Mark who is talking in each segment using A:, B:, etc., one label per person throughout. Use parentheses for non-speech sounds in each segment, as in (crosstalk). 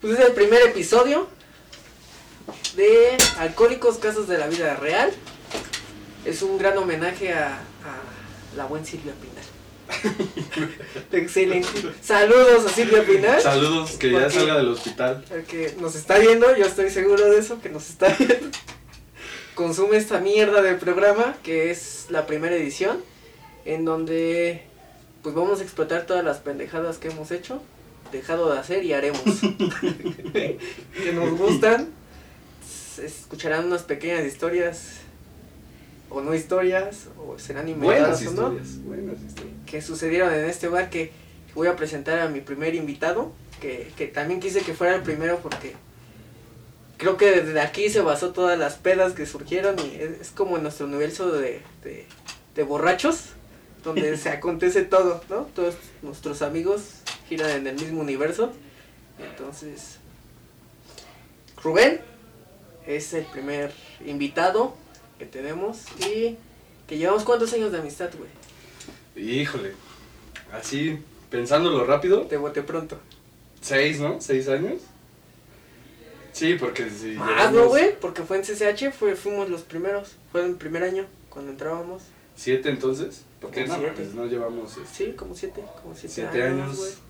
A: Pues el primer episodio de Alcohólicos Casos de la Vida Real. Es un gran homenaje a, a la buen Silvia Pinal. (laughs) Excelente. Saludos a Silvia Pinal.
B: Saludos, que ya
A: ¿Eh? Porque-
B: salga del hospital.
A: El que nos está viendo, yo estoy seguro de eso, que nos está (laughs) viendo. Consume esta mierda del programa, que es la primera edición, en donde pues vamos a explotar todas las pendejadas que hemos hecho, dejado de hacer y
B: (laughs)
A: haremos. que nos gustan. S- Escucharán unas pequeñas historias, o no historias, o serán inventadas
B: Buenas
A: o no,
B: historias. Buenas historias.
A: que sucedieron en este bar que voy a presentar a mi primer invitado, que, que también quise que fuera el primero porque creo que desde aquí se basó todas las pedas que surgieron y es, es como nuestro universo de, de, de borrachos, donde se acontece todo, ¿no? Todos nuestros amigos giran en el mismo universo. Entonces, Rubén es el primer invitado que tenemos y que llevamos cuántos años de amistad, güey.
B: Híjole. Así, pensándolo rápido,
A: Te boté pronto.
B: seis, ¿no? ¿Seis años? Sí, porque si.
A: Más,
B: llevamos
A: Ah, ¿no, güey? Porque fue en CCH, fue, fuimos los primeros. Fue en el primer año, cuando entrábamos.
B: ¿Siete entonces? Porque
A: Como
B: no,
A: siete.
B: pues, no llevamos. este,
A: Sí, como siete, como siete,
B: Siete
A: años,
B: años.
A: güey.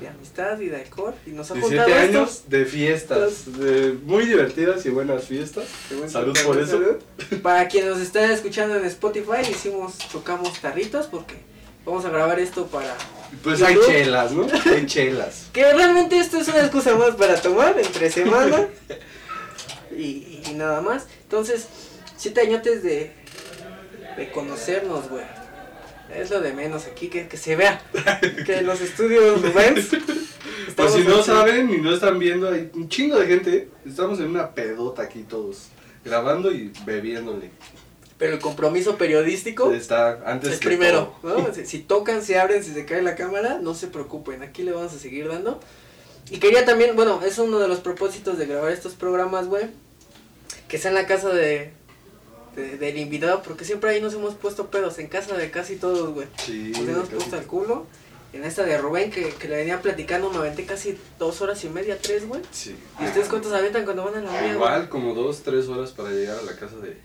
A: De amistad y de alcohol. Y nos ha juntado
B: 17
A: esto. Pues,
B: años de fiestas, de muy divertidas y buenas fiestas.
A: Qué buen
B: Salud
A: toque,
B: por
A: ¿no?
B: eso.
A: Para quienes nos están escuchando en Spotify, hicimos, tocamos tarritos porque vamos a grabar esto para...
B: Pues
A: ¿Y
B: hay
A: tú?
B: chelas, ¿no?
A: (laughs)
B: Hay chelas.
A: Que realmente esto es una excusa más para tomar entre semana. y, y nada más. Entonces, siete añotes de, de conocernos, güey. Es lo de menos aquí, que, que se vea. Que en los estudios Rubén.
B: Pues
A: estamos
B: si no
A: así.
B: saben y no están viendo, hay un chingo de gente. ¿eh? Estamos en una pedota aquí todos, grabando y bebiéndole.
A: Pero el compromiso periodístico
B: Está antes
A: es
B: que
A: primero.
B: todo.
A: oh, ¿no? Si, si tocan, si abren, si se cae la cámara, no se preocupen. Aquí le vamos a seguir dando. Y quería también, bueno, es uno de los propósitos de grabar estos programas, güey. Que sea en la casa de, de- del invitado, porque siempre ahí nos hemos puesto pedos, en casa de casi todos, güey.
B: Sí.
A: Nos hemos puesto al culo. En esta de Rubén, que, que le venía platicando, me aventé casi dos horas y media, tres, güey.
B: Sí.
A: ¿Y ustedes cuántos aventan cuando van a la mía, güey?
B: Igual como dos, tres horas para llegar a la casa de,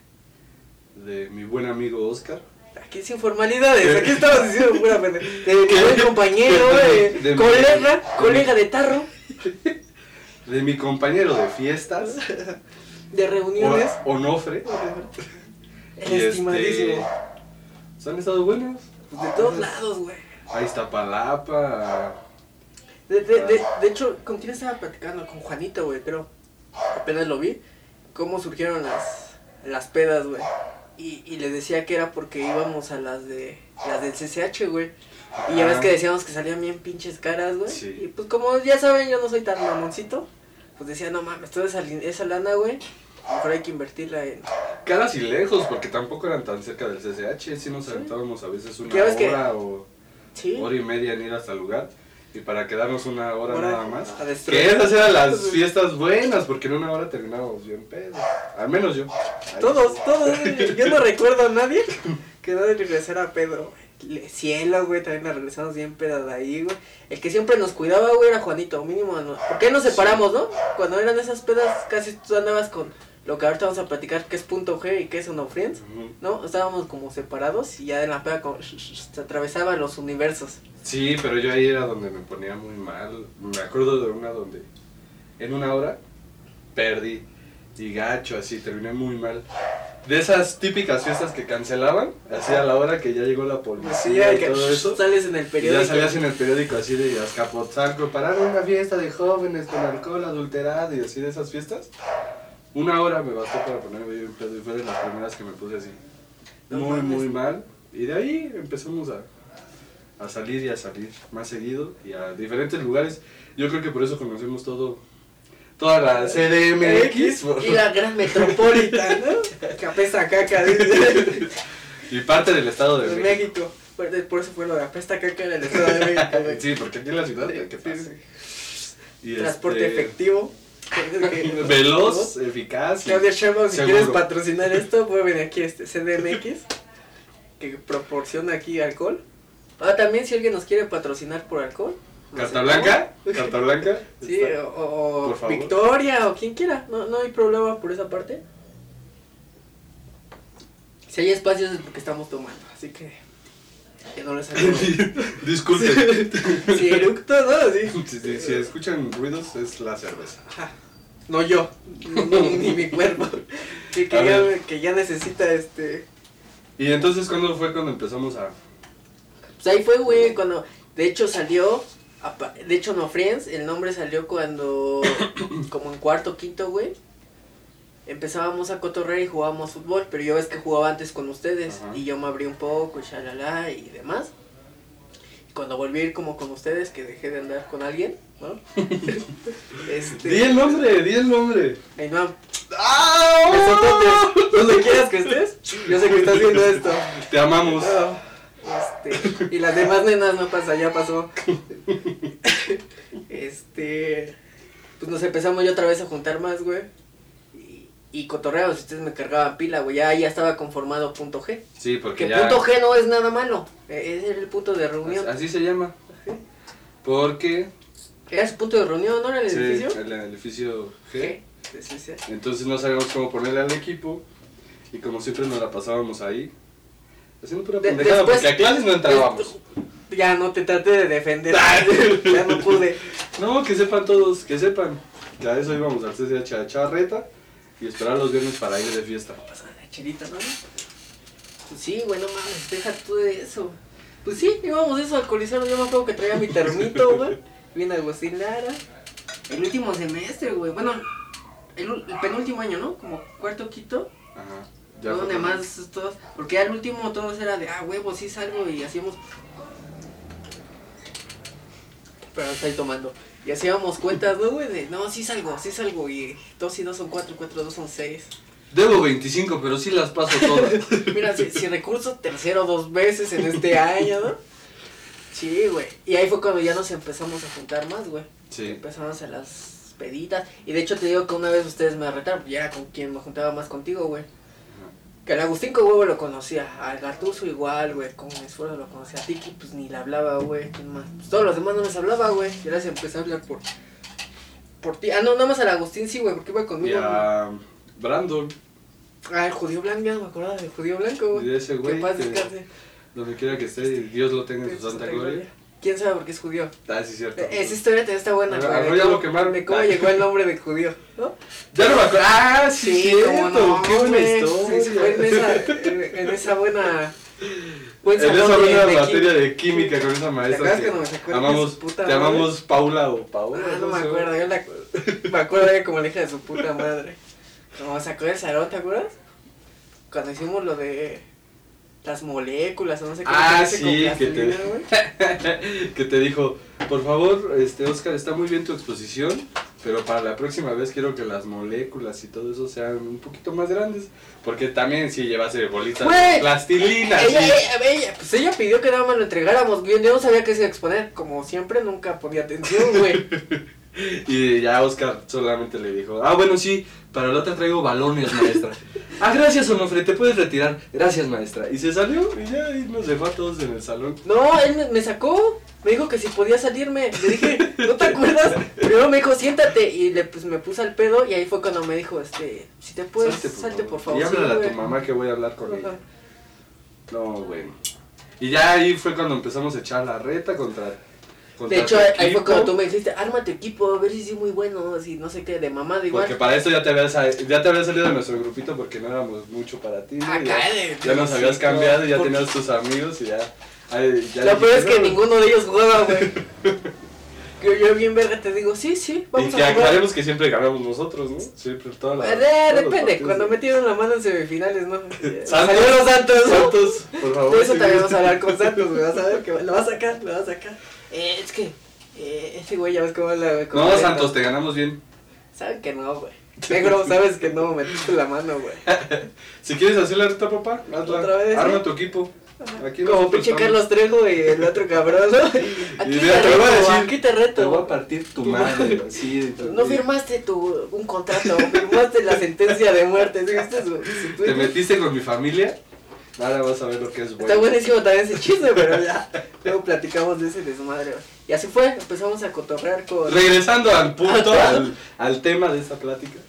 B: de mi buen amigo Oscar.
A: Aquí sin formalidades, aquí estamos diciendo pura
B: (laughs)
A: pende- De mi buen compañero, de,
B: De- Eh, de-
A: colega,
B: de-
A: colega de tarro,
B: De mi compañero de
A: (laughs)
B: fiestas,
A: de reuniones.
B: O- Onofre.
A: El
B: Y, este,
A: estimadísimo.
B: ¿Se han estado buenos?
A: Pues de todos lados, güey.
B: A Iztapalapa, a-
A: De, de, de, de hecho, ¿con quién estaba platicando? Con Juanito, güey, creo. Apenas lo vi. Cómo surgieron las, las pedas, güey. Y, y les decía que era porque íbamos a las de las del CCH, güey. Y ya ves que decíamos que salían bien pinches caras, güey.
B: Sí.
A: Y pues como ya saben, yo no soy tan mamoncito. Pues decía, no mames, toda esa, lin- esa lana, güey. a lo Mejor hay que invertirla en...
B: caras y lejos, porque tampoco eran tan cerca del CCH, si nos aventábamos a veces una
A: Ya ves
B: hora
A: que-
B: o
A: Sí.
B: hora y media en ir hasta el lugar. Y para quedarnos una hora
A: Hora
B: nada más.
A: a destruir.
B: Que esas
A: (laughs)
B: eran las fiestas buenas, porque en una hora terminábamos bien pedos. Al menos yo. Ahí.
A: Todos, (laughs) todos. Yo no recuerdo a nadie que no de regresar a Pedro, güey. Le- Cielo, güey, también la regresamos bien peda de ahí, güey. El que siempre nos cuidaba, güey, era Juanito, mínimo. No. ¿Por qué nos separamos, no? Cuando eran esas pedas, casi tú andabas con lo que ahorita vamos a platicar, que es punto G y que es uno friends,
B: Ujú.
A: ¿no? Estábamos como separados y ya en la peda como se atravesaban los universos.
B: Sí, pero yo ahí era donde me ponía muy mal. Me acuerdo de una donde en una hora perdí y gacho, así terminé muy mal. De esas típicas fiestas que cancelaban, así a la hora que ya llegó la policía y
A: Pues que
B: todo eso.
A: sales en el
B: y
A: periódico.
B: ya salías en el periódico así de Azcapotzalco, pararon una fiesta de jóvenes con alcohol adulterado y así de esas fiestas. Una hora me bastó para ponerme bien pedo y fue de las primeras que me puse así.
A: No
B: Muy,
A: mames.
B: muy mal. Y de ahí empezamos a, a salir y a salir más seguido y a diferentes lugares. Yo creo que por eso conocemos todo, toda la CDMX. por-
A: Y la gran metropolitana, (laughs) ¿no? Que apesta a caca, dice.
B: Y parte del Estado de
A: De
B: México.
A: México. Por, de- por eso fue lo de apesta caca en el estado de México. güey.
B: (laughs) Sí, porque aquí en la ciudad, ¿qué pasa? Y
A: Transporte
B: este,
A: efectivo.
B: (laughs) Veloz, eficaz. y-
A: Claudia Sheinbaum, si
B: Seguro.
A: quieres patrocinar esto, puede venir aquí a este CDMX, que proporciona aquí alcohol. Ah, también si alguien nos quiere patrocinar por alcohol,
B: ¿Carta
A: (laughs)
B: blanca? ¿Carta blanca?
A: Sí,
B: (laughs) Está-
A: o, o
B: Por favor.
A: Victoria o quien quiera, no, no hay problema por esa parte. Si hay espacios es porque estamos tomando, así que que no (laughs) les hagan.
B: Disculpen.
A: Si eructo, no, sí.
B: Si, si- si escuchan ruidos, es la cerveza.
A: Ajá. No (laughs) yo, no, ni mi cuerpo. Que, que
B: A
A: ya,
B: ver.
A: que ya necesita este.
B: Y entonces, ¿cuándo fue cuando empezamos a...?
A: Pues ahí fue, güey, cuando. De hecho salió. apa- De hecho, no Friends, el nombre salió cuando. Como en cuarto, quinto, güey. Empezábamos a cotorrear y jugábamos fútbol, pero yo ves que jugaba antes con ustedes.
B: Ajá.
A: Y yo me abrí un poco, y shalala y demás. Y cuando volví a ir como con ustedes, que dejé de andar con alguien, ¿no? este.
B: ¡Di el nombre! ¡Di el nombre!
A: Ay, no,
B: ¡Ah!
A: besototes, donde quieras que estés, yo sé que estás viendo esto.
B: Te amamos.
A: No, este, y las demás nenas no pasa, ya pasó. Este, pues nos empezamos ya otra vez a juntar más, güey. Y, y cotorreos, ustedes me cargaban pila, güey. Ya, ya estaba conformado punto G.
B: Sí, porque
A: Que
B: ya...
A: punto G no es nada malo. e- Ese era el punto de reunión.
B: Así se llama. Porque...
A: Era su punto de reunión, ¿no? Era el
B: sí,
A: edificio.
B: el edificio G.
A: G. Sí, sí, sí.
B: Entonces no sabíamos cómo ponerle al equipo. Y como siempre nos la pasábamos ahí. Haciendo pura
A: De-
B: pendejada,
A: después-
B: Pues porque a clases no entrábamos.
A: Ya no te trate de
B: (laughs)
A: defender.
B: Ay.
A: ya no pude.
B: No, que sepan todos, que sepan. Que a eso íbamos al CCH a charreta y esperar los viernes para ir de fiesta.
A: Pasa la chelita, ¿no? Pues sí, güey, no mames, deja tú de eso. Pues sí, íbamos de eso alcoholizado. Yo me acuerdo que traía mi termito, güey. Bien Agustín Lara. ah. El último semestre, güey. Bueno, el, ul- el penúltimo año, ¿no? Como cuarto, quinto.
B: Ajá.
A: Ya
B: fue
A: donde
B: cuando-
A: más todos. Porque ya el último todos era de, ah, huevo, sí salgo y hacíamos. Pero estoy tomando. Y hacíamos cuentas, ¿no, güey? De, no, sí salgo, sí salgo. Y dos y dos son cuatro, cuatro, dos son seis.
B: Debo 25, pero sí las paso todas.
A: Mira, si, si recurso tercero dos veces en este año, ¿no? Sí, güey. Y ahí fue cuando ya nos empezamos a juntar más, güey.
B: (laughs) sí.
A: Empezamos a las peditas. Y de hecho te digo que una vez ustedes me retaron, porque ya era con quien me juntaba más contigo, güey. Que al Agustín con huevo lo conocía, al Gatuso igual, güey, con esfuerzo lo conocía, a Tiki pues ni le hablaba, güey, ¿quién más? Pues todos los demás no les hablaba, güey, yo les empecé a hablar por, por ti, ah no, nada más al Agustín sí, güey, porque iba
B: Y
A: conmigo, güey.
B: a Brandon,
A: ah, el judío blanco, ya no me acordaba del judío blanco,
B: y
A: güey,
B: de ese
A: que
B: güey,
A: paz
B: que
A: descanse.
B: donde quiera que esté, y Dios lo tenga en su santa gloria.
A: ¿Quién sabe por qué es judío?
B: Ah, sí, cierto.
A: Eh, Esa historia también está buena,
B: A-
A: güey.
B: a
A: de
B: Roya
A: cómo-
B: lo quemaron.
A: De cómo
B: Ah.
A: llegó el nombre de judío, ¿no?
B: Ya no me acuerdo. Ah, sí, cierto.
A: cómo no,
B: Qué buena
A: güey.
B: historia.
A: Sí, fue en esa, en, en esa buena... buen
B: En esa
A: salón de-
B: buena
A: de
B: materia
A: química. Ah,
B: de química con esa maestra
A: acuerdas
B: que
A: cuando me sacó de
B: amamos,
A: su puta
B: te
A: madre?
B: amamos Paula o Paola.
A: Ah, no
B: sé.
A: me acuerdo, yo la, me acuerdo de como la hija de su puta madre. Como sacó del salón, ¿te acuerdas? Cuando hicimos lo de las moléculas, o no sé qué.
B: Ah,
A: que hice
B: sí,
A: con
B: que te-
A: plastilina, güey.
B: que te dijo, por favor, este Oscar, está muy bien tu exposición, pero para la próxima vez quiero que las moléculas y todo eso sean un poquito más grandes, porque también si llevase bolitas
A: Güey,
B: de plastilina,
A: Ella,
B: sí.
A: ella- ella- pues ella pidió que nada más lo entregáramos. güey, Yo no sabía que se iba a exponer. Como siempre, nunca ponía atención,
B: (laughs)
A: güey.
B: y ya Oscar solamente le dijo, ah, bueno, sí, para la otra traigo balones, maestra. (laughs) ah, gracias, Onofre, te puedes retirar, gracias, maestra. Y se salió y ya y nos dejó a todos en el salón.
A: No, él me, me sacó. Me dijo que si podía salirme. Le dije, ¿no te acuerdas? Primero me dijo, siéntate. Y le, pues, me puse al pedo. Y ahí fue cuando me dijo, este, si te puedes, salte por, favor.
B: Y
A: sí,
B: háblale a
A: güey.
B: tu mamá que voy a hablar con ella.
A: Ajá.
B: No, güey. Y ya ahí fue cuando empezamos a echar la reta contra. contra
A: De hecho,
B: tu
A: ahí ahí fue
B: equipo,
A: cuando tú me dijiste, arma tu equipo, a ver si es muy bueno, si no sé qué, de mamá, de igual.
B: Porque para esto ya te habías, ya te habías salido de nuestro grupito porque no éramos mucho para ti. ¿no?
A: Ah,
B: ya,
A: cállate,
B: ya nos
A: sí,
B: habías
A: no,
B: cambiado, ya
A: porque-
B: tenías tus amigos y ya. ay, ya
A: Lo peor es
B: dijiste,
A: que
B: "No".
A: ninguno de ellos jugaba,
B: (laughs)
A: güey. Que yo bien verga te digo, sí, sí,
B: Y
A: vamos
B: que
A: a jugar.
B: aclaremos que siempre ganamos nosotros, ¿no? Siempre, todas las.
A: Eh,
B: Ah, todos los
A: depende,
B: partidos.
A: cuando
B: (laughs)
A: metieron la mano en semifinales, ¿no? Eh,
B: Santos.
A: Salió los Santos. ¿no?
B: Santos, por favor.
A: De eso también vamos a
B: sí.
A: hablar con Santos, güey, vas a ver que lo va a sacar, lo va a sacar. Eh, es que, eh, ese güey ya ves cómo la... cómo
B: No,
A: la-
B: Santos, te ganamos bien.
A: Saben que no, güey.
B: (laughs)
A: Negro, sabes que no, metiste la mano, güey.
B: Ah, Si quieres hacer la reta, papá, hazla.
A: Otra vez,
B: Arma
A: ¿eh?
B: tu equipo. Aquí
A: Como
B: nosotros
A: pinche
B: estamos.
A: Carlos Trejo y el otro cabrón, ¿no? Aquí
B: mira,
A: te
B: te voy a
A: reto,
B: decir-
A: aquí te
B: Te voy a
A: reto.
B: partir tu madre.
A: (laughs)
B: Sí,
A: No firmaste tu, un contrato, firmaste la sentencia de muerte. ¿sí? Este es su- su
B: Te
A: Twitter.
B: metiste con mi familia Ahora vas a ver lo que es
A: Está
B: bueno.
A: buenísimo también ese chisme, pero ya. Luego platicamos de ese desmadre. güey. Y así fue, empezamos a cotorrear con.
B: Regresando
A: (laughs)
B: al punto, al, al tema de esta plática.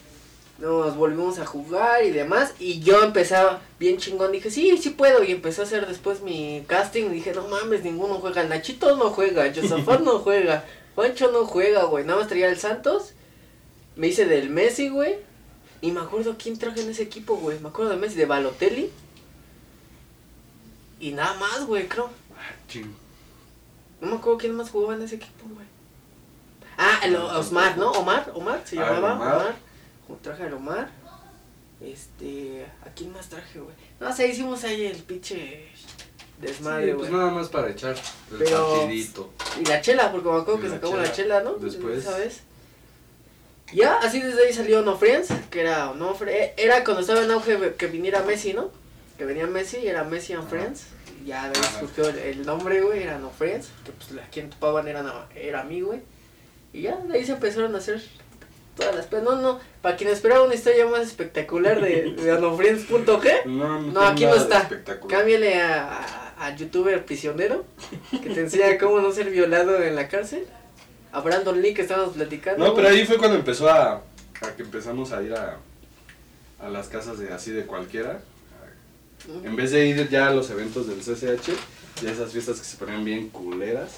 A: Nos volvimos a jugar y demás. Y yo empezaba bien chingón. Dije, sí, sí puedo. Y empecé a hacer después mi casting. Y dije, no mames, ninguno juega. Nachito no juega. Josafat no juega. Juancho no juega, güey. Nada más traía el Santos. Me hice del Messi, güey. Y me acuerdo quién traje en ese equipo, güey. Me acuerdo de Messi, de Balotelli. Y nada más, güey, creo.
B: Ah, ching.
A: No me acuerdo quién más jugaba en ese equipo, güey. Ah, el O- Osmar, ¿no? Omar, Omar se
B: Ah, el
A: llamaba.
B: Omar.
A: Omar. Traje al Omar. Este. ¿A quién más traje, güey? No sé, hicimos ahí el pinche desmadre,
B: Sí,
A: güey.
B: pues nada más para echar el
A: Pero-
B: partidito.
A: Y la chela, porque me acuerdo
B: Y
A: que
B: la
A: sacamos la
B: chela.
A: chela, ¿no?
B: Después.
A: ¿Sabes? Ya, así desde ahí salió No Friends, que era No Fre- eh, Era cuando estaba en auge que viniera Messi, ¿no? Que venía Messi y era Messi and
B: Ajá.
A: Friends. Y ya de ahí
B: Ajá.
A: surgió el, el nombre, güey, era No Friends. Que pues a quien topaban era, era a mí, güey. Y ya de ahí se empezaron a hacer todas las. pe- No, no, para quien esperaba una historia más espectacular de, de NoFriends.g.
B: No,
A: No, aquí no
B: nada de
A: está.
B: espectacular.
A: Cámbiale a, a, a youtuber prisionero que te
B: (laughs)
A: enseña cómo no ser violado en la cárcel. A Brandon Lee que estábamos platicando.
B: No, pero
A: güey.
B: ahí fue cuando empezó a, a que empezamos a ir a, a las casas de así de cualquiera. En vez de ir ya a los eventos del CCH, ya esas fiestas que se ponían bien culeras,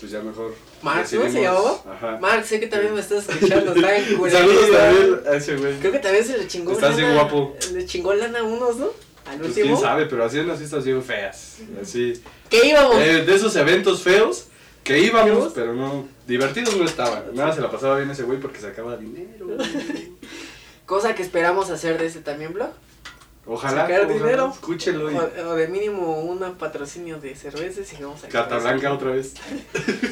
B: pues ya mejor.
A: Marx, ¿no?
B: decidimos-
A: ¿Se llamaba?
B: Ajá.
A: Marx, sé que también me
B: (laughs)
A: estás escuchando. Está en güey.
B: Saludos también a ese güey.
A: Creo que también se le chingó
B: Estás bien
A: lana-
B: guapo.
A: Le chingó lana a unos, ¿no? Al
B: Pues quién
A: último.
B: sabe, pero hacían unas fiestas bien feas. Así.
A: que íbamos.
B: Eh, de esos eventos feos que íbamos,
A: ¿Feos?
B: pero no. Divertidos no estaban. Nada se la pasaba bien ese güey porque
A: (laughs)
B: sacaba dinero.
A: Cosa que esperamos hacer de ese también blog.
B: Ojalá.
A: Sacar
B: ojalá,
A: dinero.
B: Escúchelo. Y...
A: O, o de mínimo un patrocinio de cervezas y vamos a
B: Carta blanca otra
A: (laughs)
B: vez.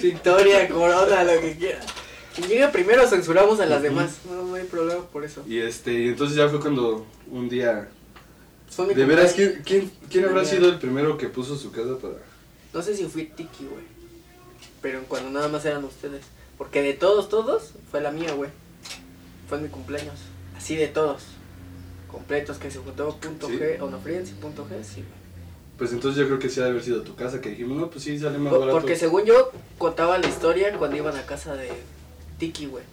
A: Victoria, corona, lo que quiera. Quien llega primero censuramos a las demás. No, no hay problema por eso.
B: Y este, y entonces ya fue cuando un día.
A: Son mi
B: De veras,
A: compañero.
B: ¿quién, quién, quién habrá sido el primero que puso su casa para.?
A: No sé si fui Tiki, güey. Pero cuando nada más eran ustedes. Porque de todos, todos, fue la mía, güey. Fue en mi cumpleaños. Así de todos. Completos que se juntó punto
B: Sí.
A: G, onofriends y punto G, sí, güey.
B: Pues entonces yo creo que sí ha de haber sido tu casa que dijimos, no, pues sí, sale más
A: Po-
B: barato.
A: Porque según yo contaba la historia cuando iban a casa de Tiki, güey.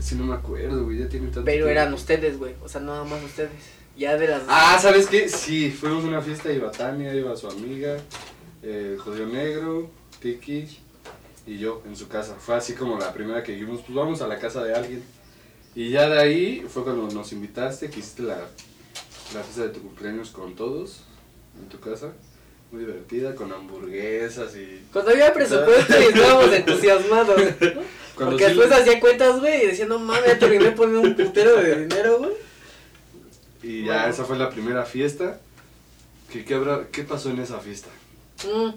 B: Sí, no me acuerdo, güey, ya tiene tanto.
A: Pero
B: tiempo.
A: eran ustedes, güey. O sea, nada más ustedes. Ya de las...
B: Ah, ¿sabes qué? Sí, fuimos a una fiesta, iba Tania, iba su amiga, eh, el jodido negro, Tiki y yo en su casa. Fue así como la primera que dijimos, pues vamos a la casa de alguien. Y ya de ahí fue cuando nos invitaste, que hiciste la, la fiesta de tu cumpleaños con todos en tu casa. Muy divertida, con hamburguesas y...
A: Cuando había presupuesto y estábamos entusiasmados. ¿no?
B: Cuando
A: Porque
B: sí-
A: después hacía cuentas, güey, y decía, no mames, ya terminé poniendo un putero de dinero, güey.
B: Y ya esa fue la primera fiesta. ¿Qué, qué, habrá- ¿Qué pasó en esa fiesta?
A: Mm.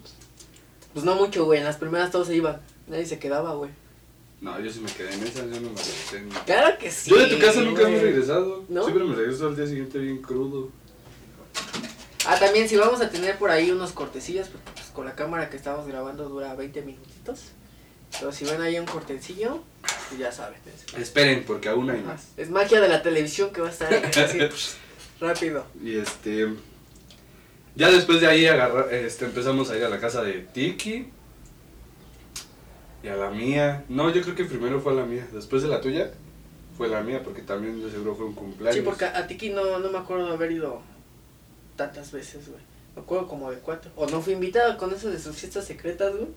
A: Pues no mucho, güey. En las primeras todos se iban. Nadie se quedaba, güey. No,
B: No, yo sí me quedé en esa, yo no me regresé ni-
A: Claro que sí.
B: Yo de tu casa nunca
A: güey.
B: me he regresado.
A: ¿No?
B: Siempre me regreso al día siguiente bien crudo.
A: Ah, también, si vamos a tener por ahí unos cortecillos, porque pues, con la cámara que estamos grabando dura 20 minutitos. Pero si ven ahí un cortecillo, pues, ya saben. Es,
B: Esperen, porque aún hay
A: Ajá.
B: más.
A: Es magia de la televisión que va a estar ahí,
B: (laughs)
A: así, rápido.
B: Y este. Ya después de ahí agarra- este, empezamos a ir a la casa de Tiki. Y a la mía. No, yo creo que primero fue a la mía. Después de la tuya, fue la mía, porque también de seguro fue un cumpleaños.
A: Sí, porque a Tiki no, no me acuerdo de haber ido tantas veces, güey. Me acuerdo como de cuatro. O no fui invitado con eso de sus fiestas secretas, güey.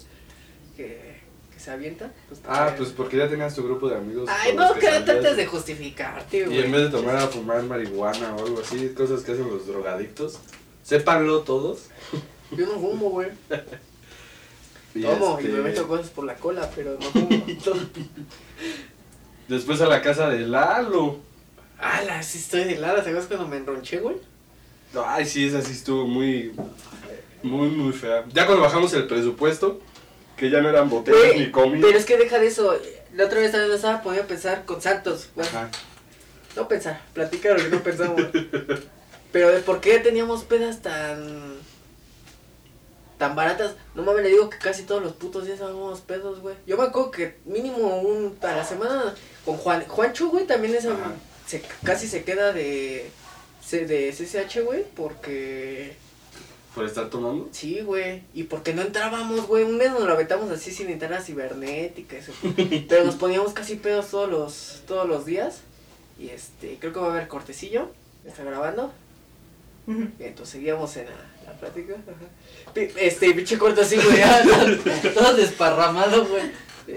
A: Que, que se avientan. Pues,
B: Ah,
A: también.
B: pues porque ya tenías tu grupo de amigos.
A: Ay,
B: con los
A: no,
B: que
A: que
B: salías,
A: trates de
B: güey.
A: justificarte, güey.
B: Y en vez de tomar a fumar marihuana o algo así, cosas que hacen los drogadictos, sépanlo todos.
A: Yo no fumo, güey.
B: Y
A: Tomo y
B: este,
A: me meto cosas por la cola, pero no
B: (laughs)
A: fumo.
B: Después a la casa de Lalo.
A: Ala, sí estoy de helada. ¿Te acuerdas cuando me enronché, güey?
B: Ay, sí, esa sí estuvo muy, muy, muy fea. Ya cuando bajamos el presupuesto, que ya no eran botellas
A: Güey,
B: ni comida.
A: Pero es que deja de eso. La otra vez también me estaba poniendo a pensar con Santos, güey.
B: Ajá.
A: No pensar, platicar lo que no pensamos. Pero de por qué teníamos pedas tan. tan baratas. No mames, le digo que casi todos los putos días hacíamos pedos, güey. Yo me acuerdo que mínimo un. a la semana. con Juan, Juancho, güey, también esa.
B: Ajá.
A: se- casi se queda de. se- de CCH, güey, porque...
B: ¿Por estar tomando?
A: Sí, güey. Y porque no entrábamos, güey. Un mes nos la vetamos así sin entrar a cibernética.
B: (laughs)
A: Eso. Pero nos poníamos casi pedos todos los, todos los días. Y este, creo que va a haber cortecillo. Está grabando. Y entonces seguíamos en la, la plática. ajá. Pi- Este, pinche corto así, güey. ya, todo-
B: (laughs)
A: todo desparramado, güey.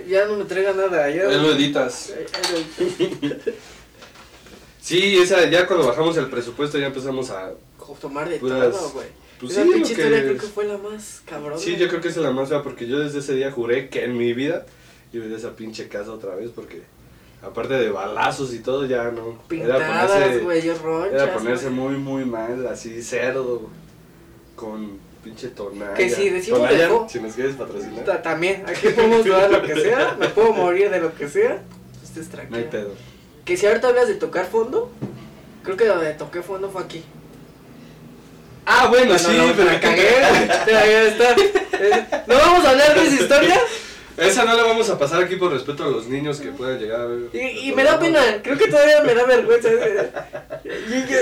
A: Ya no me traiga nada. Ya,
B: Él Pues lo editas.
A: Eh, eh, eh,
B: Sí, esa, ya cuando bajamos el presupuesto ya empezamos a...
A: jo- Tomar de
B: Puras-
A: todo, güey.
B: Pues
A: Esa
B: sí, lo
A: pinche historia
B: que
A: creo que fue la más cabrona.
B: Sí, yo creo que esa es la más fea porque yo desde ese día juré que en mi vida yo iba a esa pinche casa otra vez porque aparte de balazos y todo ya no.
A: Pintadas, güey, yo ronchas.
B: era ponerse
A: güey.
B: muy muy mal, así cerdo, con pinche tonalla.
A: Que si decimos
B: Tonalla,
A: de co-
B: si nos quieres
A: Ta-
B: patrocinar,
A: También,
B: (laughs)
A: aquí podemos dar lo que sea, me puedo morir de lo que sea. Ustedes
B: no hay
A: tranquilos.
B: pedo.
A: Que si ahorita hablas de tocar fondo, creo que donde toqué fondo fue aquí.
B: Ah, bueno,
A: No,
B: sí,
A: no, no,
B: pero
A: la cagué. (laughs) Ya está.
B: (laughs)
A: Es- No vamos a hablar de esa historia.
B: Esa no la vamos a pasar aquí por respeto a los niños que puedan llegar a ver.
A: Y, y me da pena, creo que todavía me da vergüenza. Y- y-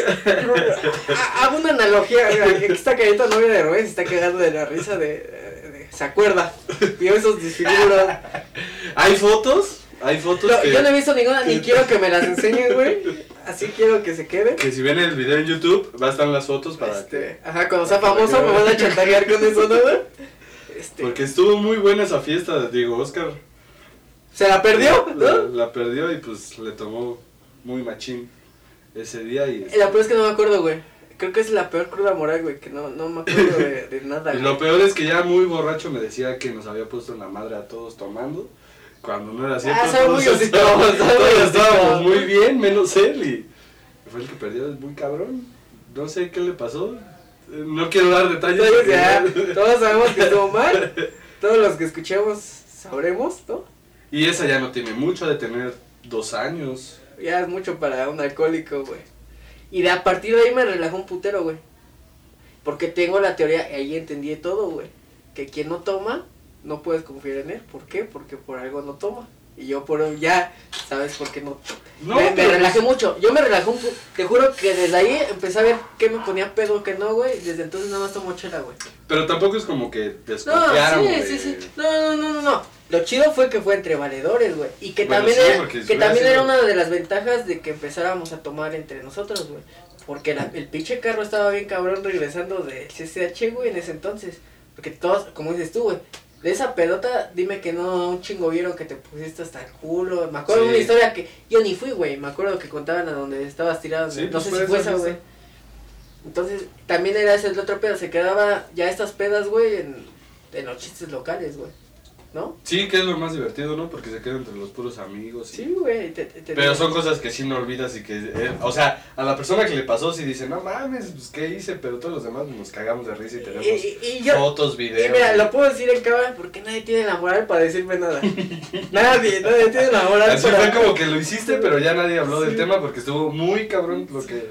A: ha- hago una analogía, que esta carita novia de Rubén se está cagando de la risa de... de- se acuerda, vio esos disfiguros.
B: Hay fotos, hay fotos
A: No,
B: que,
A: yo no he visto ninguna, ni quiero que me las
B: (laughs)
A: enseñen, güey. Así quiero que se quede.
B: que si ven el video en YouTube, va a estar las fotos para
A: Este, ajá, cuando sea famoso me van a chantajear con eso, ¿no? güey? Este,
B: Porque estuvo muy buena esa fiesta, digo, Oscar.
A: se la perdió,
B: La,
A: ¿no?
B: la perdió y pues le tomó muy machín ese día y,
A: La peor es que no me acuerdo, güey. Creo que es la peor cruda moral, güey, que no, no me acuerdo de, de nada.
B: y
A: güey.
B: lo peor es que ya muy borracho me decía que nos había puesto en la madre a todos tomando. Cuando no era cierto,
A: Ah, soy
B: todos,
A: muy osito, soy muy
B: todos
A: osito.
B: estábamos muy bien, menos él y fue el que perdió, es muy cabrón. No sé qué le pasó. eh, No quiero dar detalles.
A: Entonces,
B: porque (laughs)
A: ya,
B: no-
A: todos sabemos que estuvo mal. Todos los que escuchemos sabremos, ¿no?
B: Y esa ya no tiene mucho ha de tener dos años.
A: Ya es mucho para un alcohólico, güey. Y de a partir de ahí me relajó un putero, güey. Porque tengo la teoría, y ahí entendí todo, güey. Que quien no toma, no puedes confiar en él. ¿Por qué? Porque por algo no toma. Y yo por ya, ¿sabes por qué no?
B: No,
A: me, me
B: pero- pues-
A: relajé mucho. Yo me relajé un pu- Te juro que desde ahí empecé a ver qué me ponía pedo, qué no, güey. Desde entonces nada más tomo chela, güey.
B: Pero tampoco es como que
A: No,
B: desconfiaron.
A: sí,
B: de-
A: sí, sí. No, no, no, no, no. Lo chido fue que fue entre valedores, güey. Y que
B: Bueno,
A: también,
B: sí,
A: era,
B: porque
A: que
B: hubiera
A: también
B: sido-
A: era una de las ventajas de que empezáramos a tomar entre nosotros, güey. Porque la- el pinche carro estaba bien cabrón regresando del CCH, güey, en ese entonces. Porque todos, como dices tú, güey. De esa pelota, dime que no, un chingo vieron que te pusiste hasta el culo. Me acuerdo de
B: Sí.
A: una historia que yo ni fui, güey. Me acuerdo que contaban a donde estabas tirado.
B: Sí,
A: güey. no
B: pues,
A: sé
B: fue
A: si fue
B: esa
A: esa, güey.
B: fiesta.
A: Entonces, también era ese el otro pedo. Se quedaba ya estas pedas, güey, en, en los chistes locales, güey. ¿No?
B: Sí, que es lo más divertido, ¿no? Porque se queda entre los puros amigos. y-
A: Sí, güey. te- te- te-
B: Pero son cosas que sí no olvidas y que... eh, o sea, a la persona que le pasó sí dice, no mames, pues qué hice, pero todos los demás nos cagamos de risa y tenemos
A: Y, y- y yo.
B: fotos, videos.
A: Y mira, lo puedo decir en cámara porque nadie tiene la moral para decirme nada. (laughs) nadie, nadie tiene la moral
B: Así
A: para. (laughs)
B: fue como que lo hiciste, pero ya nadie habló del
A: Sí.
B: tema porque estuvo muy cabrón lo que,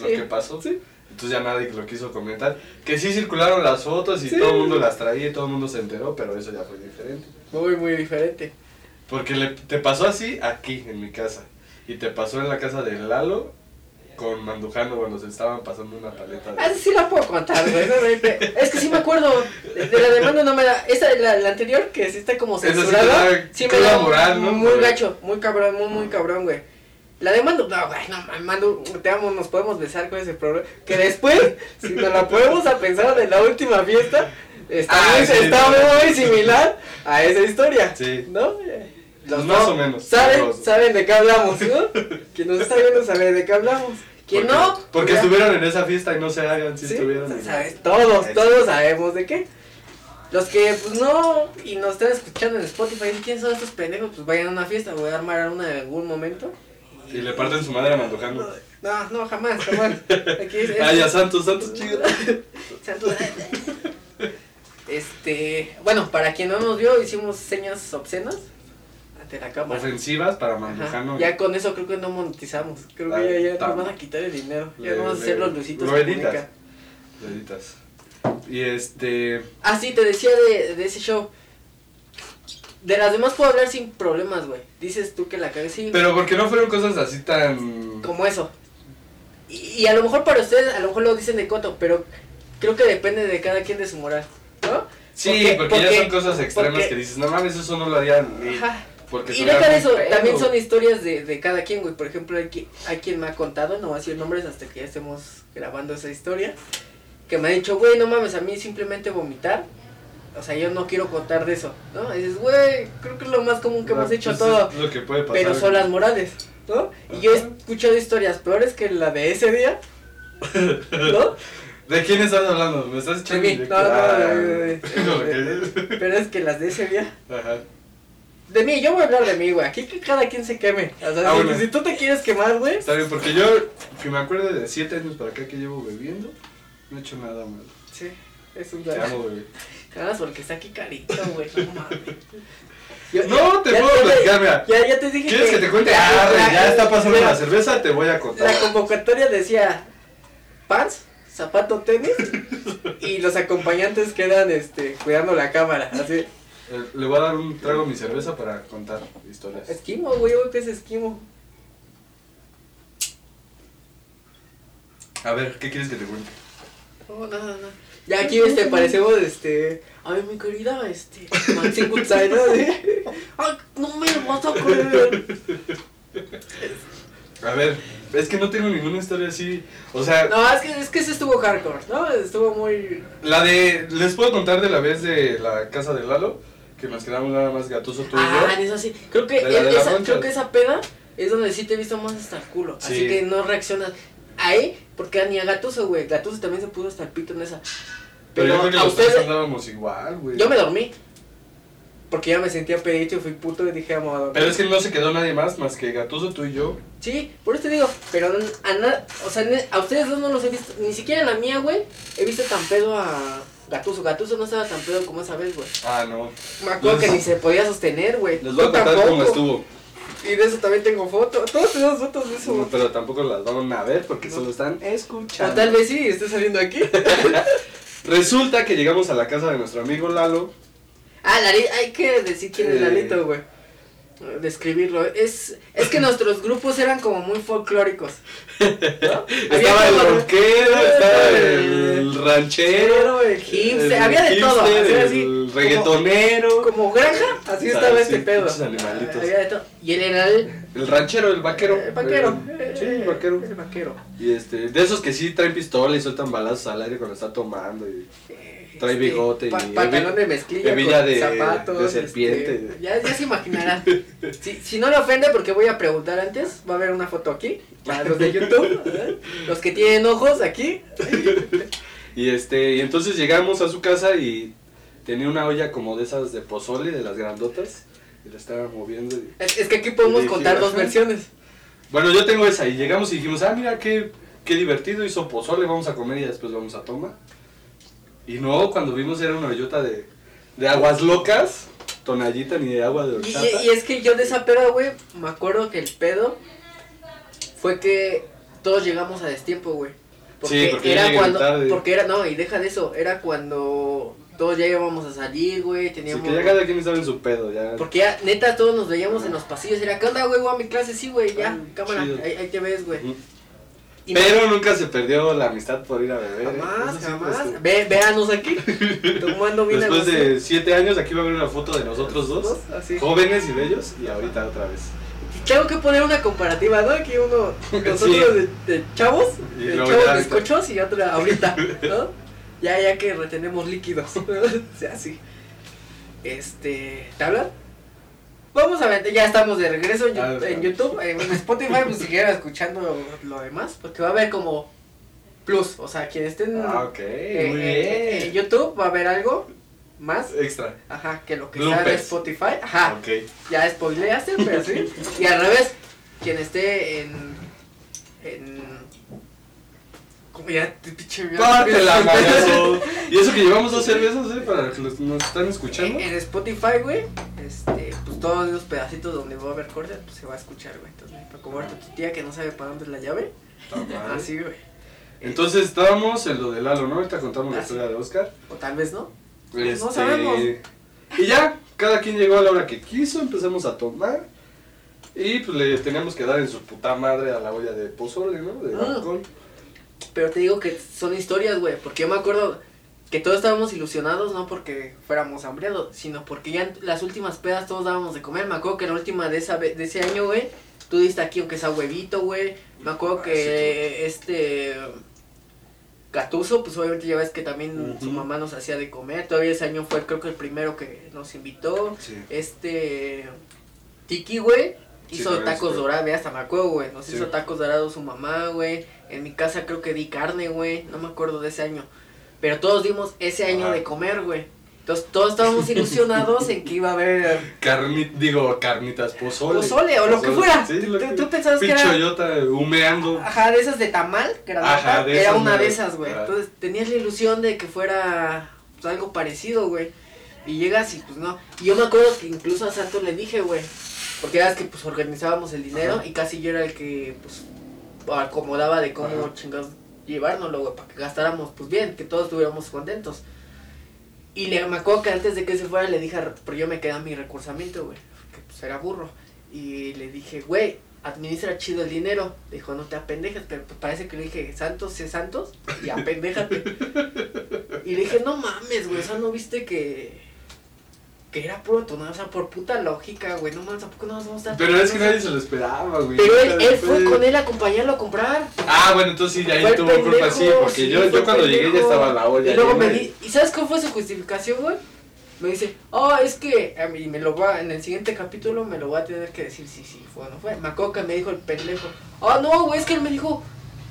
B: lo
A: Sí.
B: que pasó.
A: Sí.
B: Entonces ya nadie lo quiso comentar. Que sí circularon las fotos y
A: Sí.
B: todo el mundo las traía y todo el mundo se enteró, pero eso ya fue diferente.
A: Muy, muy diferente.
B: Porque le- te pasó así aquí, en mi casa. Y te pasó en la casa de Lalo con Mandujano cuando se estaban pasando una paleta
A: Ah,
B: de...
A: sí la puedo contar, güey. no, güey, pe- es que sí me acuerdo. De, de la de Mando no me da. Esta, la, la anterior, que sí está como
B: Esa sí te
A: censurada.
B: da
A: Sí, me
B: cruda
A: da
B: moral, ¿no?
A: muy
B: Pero-
A: gacho, muy cabrón, muy, muy cabrón, güey. La de Mando, no, güey, no, man, Mando, te amo, nos podemos besar con ese problema. Que después, si nos la podemos a pensar de la última fiesta, está,
B: Ah,
A: muy,
B: sí.
A: está muy similar a esa historia.
B: Sí.
A: ¿No? Los
B: Más
A: dos
B: o menos.
A: Saben,
B: Los-
A: saben de qué hablamos, ¿no? Quien nos está viendo sabe de qué hablamos. Quien
B: Porque-
A: no. pues
B: Porque
A: ya-
B: estuvieron en esa fiesta y no se hagan si
A: Sí,
B: estuvieron.
A: sa-
B: en-
A: sabes, todos,
B: Ahí
A: todos sabemos de qué. Los que pues no y nos están escuchando en Spotify, dicen, ¿quiénes son estos pendejos? Pues vayan a una fiesta, voy a armar una en algún momento.
B: Y le parten su madre a Mandujano.
A: No, no, jamás, jamás. Aquí
B: (laughs)
A: es,
B: Ay, a Ah, Santos, Santos
A: (laughs)
B: chido.
A: Santo- Este, bueno, para quien no nos vio, hicimos señas obscenas ante la cámara.
B: Ofensivas para
A: Ajá,
B: Mandujano.
A: Ya con eso creo que no monetizamos. Creo
B: Ah,
A: que ya, ya nos
B: tam-
A: van a quitar el dinero. Ya
B: Le-
A: no vamos a
B: le-
A: hacer los lucitos.
B: Lo
A: que
B: editas.
A: publica.
B: Lo editas. Y este...
A: Ah, sí, te decía de, de ese show. De las demás puedo hablar sin problemas, güey. Dices tú que la cagué, sí,
B: Pero porque no fueron cosas así tan...
A: como eso. Y, Y, y a lo mejor para ustedes, a lo mejor lo dicen de coto, pero creo que depende de cada quien de su moral, ¿no?
B: Sí, porque, ya son cosas extremas
A: porque-
B: que dices, no mames, eso no lo harían ni.
A: Ajá.
B: Porque
A: Y
B: suena
A: deja de
B: muy
A: eso,
B: feo".
A: también son historias de, de cada quien, güey. Por ejemplo, hay, qui- hay quien me ha contado, no voy a decir nombres hasta que ya estemos grabando esa historia, que me ha dicho, güey, no mames, a mí simplemente vomitar. O sea, yo no quiero contar de eso, ¿no? Y dices, güey, creo que es lo más común que
B: Ah,
A: hemos hecho
B: pues,
A: todo,
B: es lo que puede pasar.
A: pero son las morales, ¿no? Y yo he
B: Ajá.
A: escuchado historias peores que la de ese día, ¿no?
B: ¿De quién estás hablando? ¿Me estás echando
A: mí.
B: indirecto?
A: No, no,
B: Ah,
A: no, no, no,
B: ok.
A: Pero es que las de ese día.
B: Ajá.
A: De mí, yo voy a hablar de mí, güey. Aquí que cada quien se queme. O sea,
B: Ah,
A: si,
B: bueno.
A: si tú te quieres quemar, güey.
B: Está bien, porque yo, que me acuerdo de 7 años para acá que llevo bebiendo, no he hecho nada malo.
A: Sí, es un
B: Te amo, bebé.
A: Ganas porque está aquí carito, güey. No mames. Yo-
B: (laughs) No, te
A: ya-
B: puedo
A: ya te-
B: platicar, mira.
A: Ya, ya te dije
B: ¿Quieres que te cuente?
A: la-
B: Ah,
A: la-
B: ya está pasando
A: mira,
B: la cerveza, te voy a contar.
A: La convocatoria decía pants, zapato, tenis y los acompañantes quedan este, cuidando la cámara. Así.
B: Eh, Le voy a dar un trago a mi cerveza para contar historias.
A: Esquimo, güey, yo creo que es esquimo.
B: A ver, ¿qué quieres que te cuente?
A: No, no, no, no. Ya aquí este, parecemos este. Ay, mi querida, este. ¿eh? Maxi Kutsai, ¿no? Así. (laughs) Ay, no me vas a creer.
B: A ver, es que no tengo ninguna historia así. O sea,
A: No, es que, es que se estuvo hardcore, ¿no? Estuvo muy.
B: la de. Les puedo contar de la vez de la casa de Lalo, que nos quedamos nada más gatoso tú y
A: Ah,
B: yo.
A: en eso sí. Creo que,
B: De la- de la
A: esa,
B: roncha.
A: creo que esa peda es donde sí te he visto más hasta el culo.
B: Sí.
A: Así que no reaccionas ahí, porque ni a Gatuso, güey. Gatuso también se puso hasta el pito en esa.
B: Pero yo creo que
A: a
B: los tres
A: ustedes-
B: andábamos igual, güey.
A: Yo me dormí. Porque ya me sentía pedito y fui puto y dije, vamos a dormir.
B: Pero es que no se quedó nadie más más que Gatuso, tú y yo.
A: Sí, por eso te digo, pero n- a, na- o sea, ne- a ustedes dos no los he visto, ni siquiera en la mía, güey, he visto tan pedo a Gatuso. Gatuso no estaba tan pedo como esa vez, güey.
B: Ah, no.
A: Me acuerdo
B: Les-
A: que ni se podía sostener, güey.
B: Les voy a
A: Tú
B: contar cómo
A: tampoco.
B: estuvo.
A: Y de eso también tengo fotos. Todos tenemos fotos de eso, güey.
B: No, pero tampoco las van a ver porque
A: No.
B: solo están
A: O
B: escuchando.
A: Ah, tal vez sí, esté saliendo aquí.
B: Resulta que llegamos a la casa de nuestro amigo Lalo.
A: (laughs) ah, Larito, hay que decir quién es
B: Eh.
A: Larito, güey. Describirlo. Es, es que nuestros grupos eran como muy folclóricos. ¿no?
B: Estaba el
A: como-
B: rockero, estaba el ranchero,
A: Pero el hipster, había de
B: hipster,
A: todo. así, así,
B: el
A: como-
B: reggaetonero,
A: Como granja, así estaba
B: Ah,
A: este
B: sí,
A: pedo.
B: pinches animalitos.
A: Había de todo. Y él era el,
B: el ranchero, el vaquero.
A: el vaquero.
B: Eh, sí, el vaquero.
A: El vaquero.
B: Y este, de esos que sí traen pistola y sueltan balazos al aire cuando está tomando. y- Trae
A: Este,
B: bigote y-
A: pa- pantalón de mezclilla.
B: hebilla
A: con
B: de-
A: zapatos,
B: de serpiente.
A: este, ya, ya se imaginará.
B: (laughs)
A: si, si no le ofende, porque voy a preguntar antes, va a haber una foto aquí. Para los de YouTube. ¿eh? Los que tienen ojos aquí.
B: Y este, y entonces llegamos a su casa y tenía una olla como de esas de pozole, de las grandotas, y la estaba moviendo. y-
A: Es, es que aquí podemos
B: Sí,
A: contar
B: sí,
A: dos
B: ajá.
A: versiones.
B: Bueno, yo tengo esa, y llegamos y dijimos, ah, mira qué, qué divertido, hizo pozole, vamos a comer y después vamos a tomar. Y no, cuando vimos era una ollota de, de aguas locas, tonallita ni de agua de
A: Y,
B: horchata.
A: y- y es que yo de esa peda, güey, me acuerdo que el pedo fue que todos llegamos a destiempo, güey. Porque,
B: Sí, porque yo
A: era
B: llegué
A: cuando.
B: tarde.
A: Porque era, no, y deja de eso, era cuando todos ya íbamos a salir, güey,
B: Así
A: teníamos.
B: que ya cada quien estaba en su pedo, ya.
A: Porque ya, neta, todos nos veíamos en los pasillos. Era, ¿qué onda, güey? Voy a mi clase, sí, güey, ya,
B: Ah,
A: cámara,
B: chido.
A: ahí, ahí te ves, güey.
B: Ujú.
A: Y
B: Pero nunca se perdió la amistad por ir a beber. ¿eh?
A: Jamás,
B: Eso sí,
A: jamás.
B: pues,
A: Ve, véanos
B: (laughs)
A: aquí, tomando bien a
B: Después
A: gusto.
B: de siete años, aquí va a haber una foto de nosotros dos,
A: Así.
B: jóvenes y bellos, y ahorita otra vez.
A: Tengo que poner una comparativa, ¿no? Aquí uno,
B: (laughs)
A: nosotros de, de chavos,
B: Y
A: de
B: luego ya
A: chavos
B: ahorita.
A: bizcochos y otra
B: (laughs)
A: ahorita, ¿no? Ya, ya que retenemos líquidos, (laughs) o sea, así. Este, ¿te hablan? Vamos a ver, ya estamos de regreso en,
B: Ah,
A: Yu- en
B: ah.
A: YouTube, en Spotify, pues siguieron escuchando lo, lo demás, porque va a haber como plus, o sea, quienes estén
B: Ah, ok,
A: eh,
B: muy
A: eh, en
B: bien.
A: YouTube va a haber algo más,
B: Extra.
A: ajá, que lo que está en
B: Bloopers.
A: Spotify, ajá.
B: Ok.
A: Ya spoileaste, pero sí. Y al revés, quien esté en. en. Como ya te pinche mierda.
B: Pártela, Mario. Y eso que llevamos dos cervezas, ¿eh? Para los que los- nos están
A: En,
B: escuchando.
A: en Spotify, güey, este, pues todos los pedacitos donde va a haber corte, pues se va a escuchar, güey. Entonces, para como ahorita tu tía que no sabe para dónde es la llave,
B: Ah,
A: así, güey.
B: Entonces estábamos en lo de Lalo, ¿no? Ahorita contamos la
A: Ah,
B: historia de Oscar.
A: O tal vez no.
B: Este,
A: sabemos.
B: Y ya, cada quien llegó a la hora que quiso, empezamos a tomar. Y pues le teníamos que dar en su puta madre a la olla de pozole, ¿no? De
A: Ah.
B: balcón.
A: Pero te digo que son historias, güey, porque yo me acuerdo que todos estábamos ilusionados, no porque fuéramos hambriados, sino porque ya en las últimas pedas todos dábamos de comer. Me acuerdo que la última de, esa, ve- de ese año, güey, tú diste aquí aunque sea huevito, güey. Me acuerdo
B: Ah,
A: que
B: sí,
A: este Gatuso, pues obviamente ya ves que también su
B: Ujú.
A: mamá nos hacía de comer. Todavía ese año fue creo que el primero que nos invitó.
B: Sí.
A: Este Tiki, güey,
B: Sí,
A: hizo
B: también
A: tacos
B: estuvo.
A: dorados, ve, hasta me acuerdo, güey. Nos
B: Sí.
A: hizo tacos dorados su mamá, güey. En mi casa creo que di carne, güey. No me acuerdo de ese año. Pero todos dimos ese año
B: Ajá.
A: de comer, güey. Entonces todos estábamos
B: (laughs)
A: ilusionados en que iba a haber
B: Carni, digo, carnitas, pozole.
A: pozole o lo que
B: Pozole,
A: fuera.
B: sí, lo
A: tú,
B: que-
A: tú pensabas que
B: Pinche
A: era Ah.
B: Toyota humeando.
A: Ajá, de esas de tamal, grandota,
B: Ajá, de
A: era
B: esas,
A: una de
B: madre.
A: esas, güey.
B: Ajá.
A: Entonces tenías la ilusión de que fuera pues, algo parecido, güey. Y llegas y pues no. Y yo me acuerdo que incluso a Santos le dije, güey. Porque era que pues organizábamos el dinero
B: Ajá.
A: y casi yo era el que pues acomodaba de cómo
B: Ajá.
A: chingados llevárnoslo, güey, para que gastáramos pues bien, que todos estuviéramos contentos. Y le, me acuerdo que antes de que se fuera le dije, a Ra- porque yo me quedé a mi recursamiento, güey, que pues era burro. Y le dije, güey, administra chido el dinero. Dijo, no te apendejes, pero pues parece que le dije, Santos, sé Santos y apendéjate. y le dije, no mames, güey, o sea, no viste que... Que era puro tonal, o sea, por puta lógica, güey, no mames, ¿a poco no nos vamos a dar
B: Pero es que
A: cuenta?
B: nadie se lo esperaba, güey.
A: Pero él,
B: Nadie
A: él fue
B: fue-
A: con él a acompañarlo a comprar.
B: Ah, bueno, entonces sí, ahí
A: Fue
B: tuvo
A: pendejo,
B: culpa, sí, porque
A: sí,
B: yo,
A: fue
B: yo cuando llegué ya
A: pendejo.
B: estaba la olla.
A: Y luego
B: llena
A: me
B: de-
A: di, ¿y sabes cuál fue su justificación, güey? Me dice, oh, es que, a mí me lo va, en el siguiente capítulo me lo va a tener que decir si sí fue o no fue. Me acuerdo que me dijo el pendejo, oh, no, güey, es que él me dijo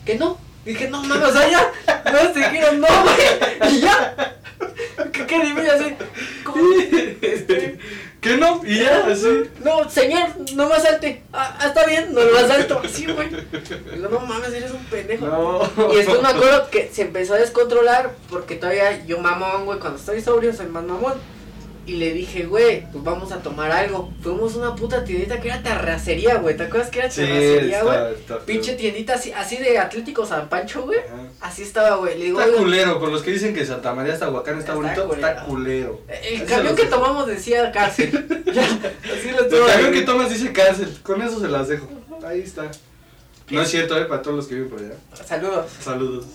A: que no. Dije, no mames, o sea, ya, no se quiero, no, güey, y ya. (laughs) ¿Qué, qué dime ya sé? ¿Cómo?
B: (laughs)
A: Este,
B: ¿Qué no? Y ya, así.
A: No, señor, no me asalte. Ah, ah, está bien, no lo asalto. Sí, güey. Digo, no mames, eres un pendejo.
B: No. (laughs)
A: Y después me acuerdo que se empezó a descontrolar porque todavía yo mamón, güey, cuando estoy sobrio soy más mamón. Y le dije, güey, pues vamos a tomar algo. Fuimos a una puta tiendita que era terracería, güey. ¿Te acuerdas que era
B: Sí,
A: terracería, güey?
B: está, está feo.
A: Pinche tiendita así, así de Atlético San Pancho, güey.
B: Ajá.
A: Así estaba, güey. Le digo,
B: Está
A: "Oiga,
B: culero, por los que dicen que Santa María hasta Huacán
A: Está
B: está,
A: Eh,
B: bonito, está culero.
A: el
B: Así
A: camión
B: los-
A: que tomamos decía cárcel.
B: (laughs)
A: ya, así lo
B: El
A: tuvo,
B: camión
A: güey.
B: que tomas dice cárcel, con eso se las dejo. Ahí está. No es cierto, eh, para todos los que viven por allá.
A: Saludos.
B: Saludos.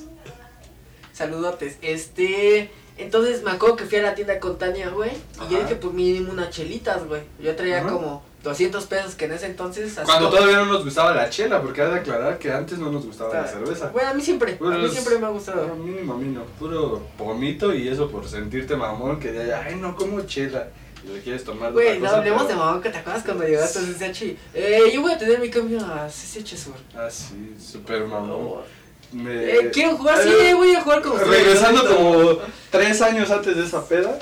A: Saludotes. Este. Entonces me acuerdo que fui a la tienda con Tania, güey. Y yo
B: Ajá.
A: dije, pues mínimo unas chelitas, güey. Yo traía
B: Ajá.
A: como 200 pesos que en ese entonces. así
B: Cuando
A: como-
B: todavía no nos gustaba la chela, porque hay de aclarar que antes no nos gustaba la cerveza.
A: Bueno, a mí siempre.
B: Bueno,
A: a mí
B: es-
A: siempre me ha gustado.
B: No, mínimo, mínimo, puro pomito y eso por sentirte mamón que ya, ay no, como chela. Y le quieres tomar de
A: Güey,
B: otra
A: no
B: cosa,
A: hablemos
B: pero-
A: de mamón que te acuerdas cuando llegaste a CCH. y, Eh, yo voy a tener mi cambio a CCH Sur.
B: Ah, sí, súper mamón. Me-
A: Eh, quiero jugar, sí,
B: Eh,
A: voy a jugar con ustedes.
B: Regresando como tres años antes de esa peda.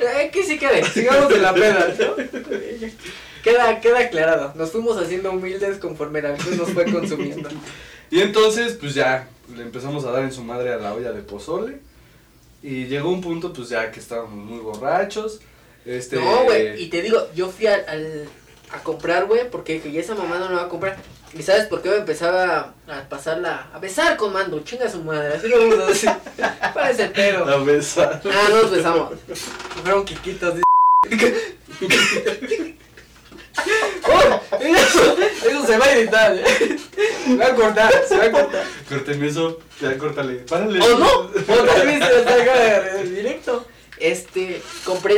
A: Eh, que sí quede, sigamos de la pena,
B: (laughs)
A: ¿no? Queda, queda aclarado. Nos fuimos haciendo humildes conforme el alcohol nos fue consumiendo.
B: Y entonces, pues ya, le empezamos a dar en su madre a la olla de pozole. Y llegó un punto, pues ya que estábamos muy borrachos. Este,
A: No, güey, y te digo, yo fui al, al- a comprar, güey, porque dije, y esa mamá no la va a comprar. ¿Y sabes por qué me empezaba a pasarla, a besar con mando? Chinga su madre, así lo vamos a (laughs) decir. Parece pedo.
B: A besar.
A: Ah, no nos besamos. Fueron quiquitos. (laughs) dice. ¡Oh! Eso, eso se va a editar. eh. Se va a cortar, se va a cortar.
B: Córteme eso, ya córtale. Párale.
A: O no, o tal vez se lo salga de- de directo. Este, compré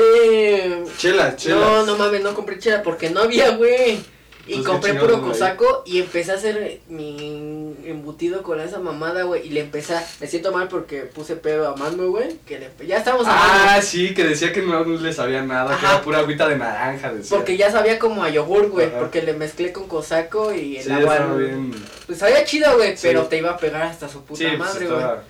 B: Chela, chela.
A: No, no mames, no compré chela porque no había, güey. Y
B: Entonces,
A: compré
B: Pues ¿qué
A: puro
B: chingados, güey?
A: cosaco y empecé a hacer mi embutido con esa mamada, güey. Y le empecé a... Me siento mal porque puse pedo a Mando, güey. Que le... Ya estamos
B: Ah,
A: hablando.
B: sí, que decía que no le sabía nada, que
A: Ajá.
B: era pura agüita de naranja, decía.
A: porque ya sabía como a yogur, güey.
B: Ajá.
A: Porque le mezclé con cosaco y el
B: sí,
A: agua...
B: estaba bien.
A: Pues sabía chido, güey.
B: Sí.
A: Pero te iba a pegar hasta su puta
B: sí, pues
A: madre, güey.
B: estaba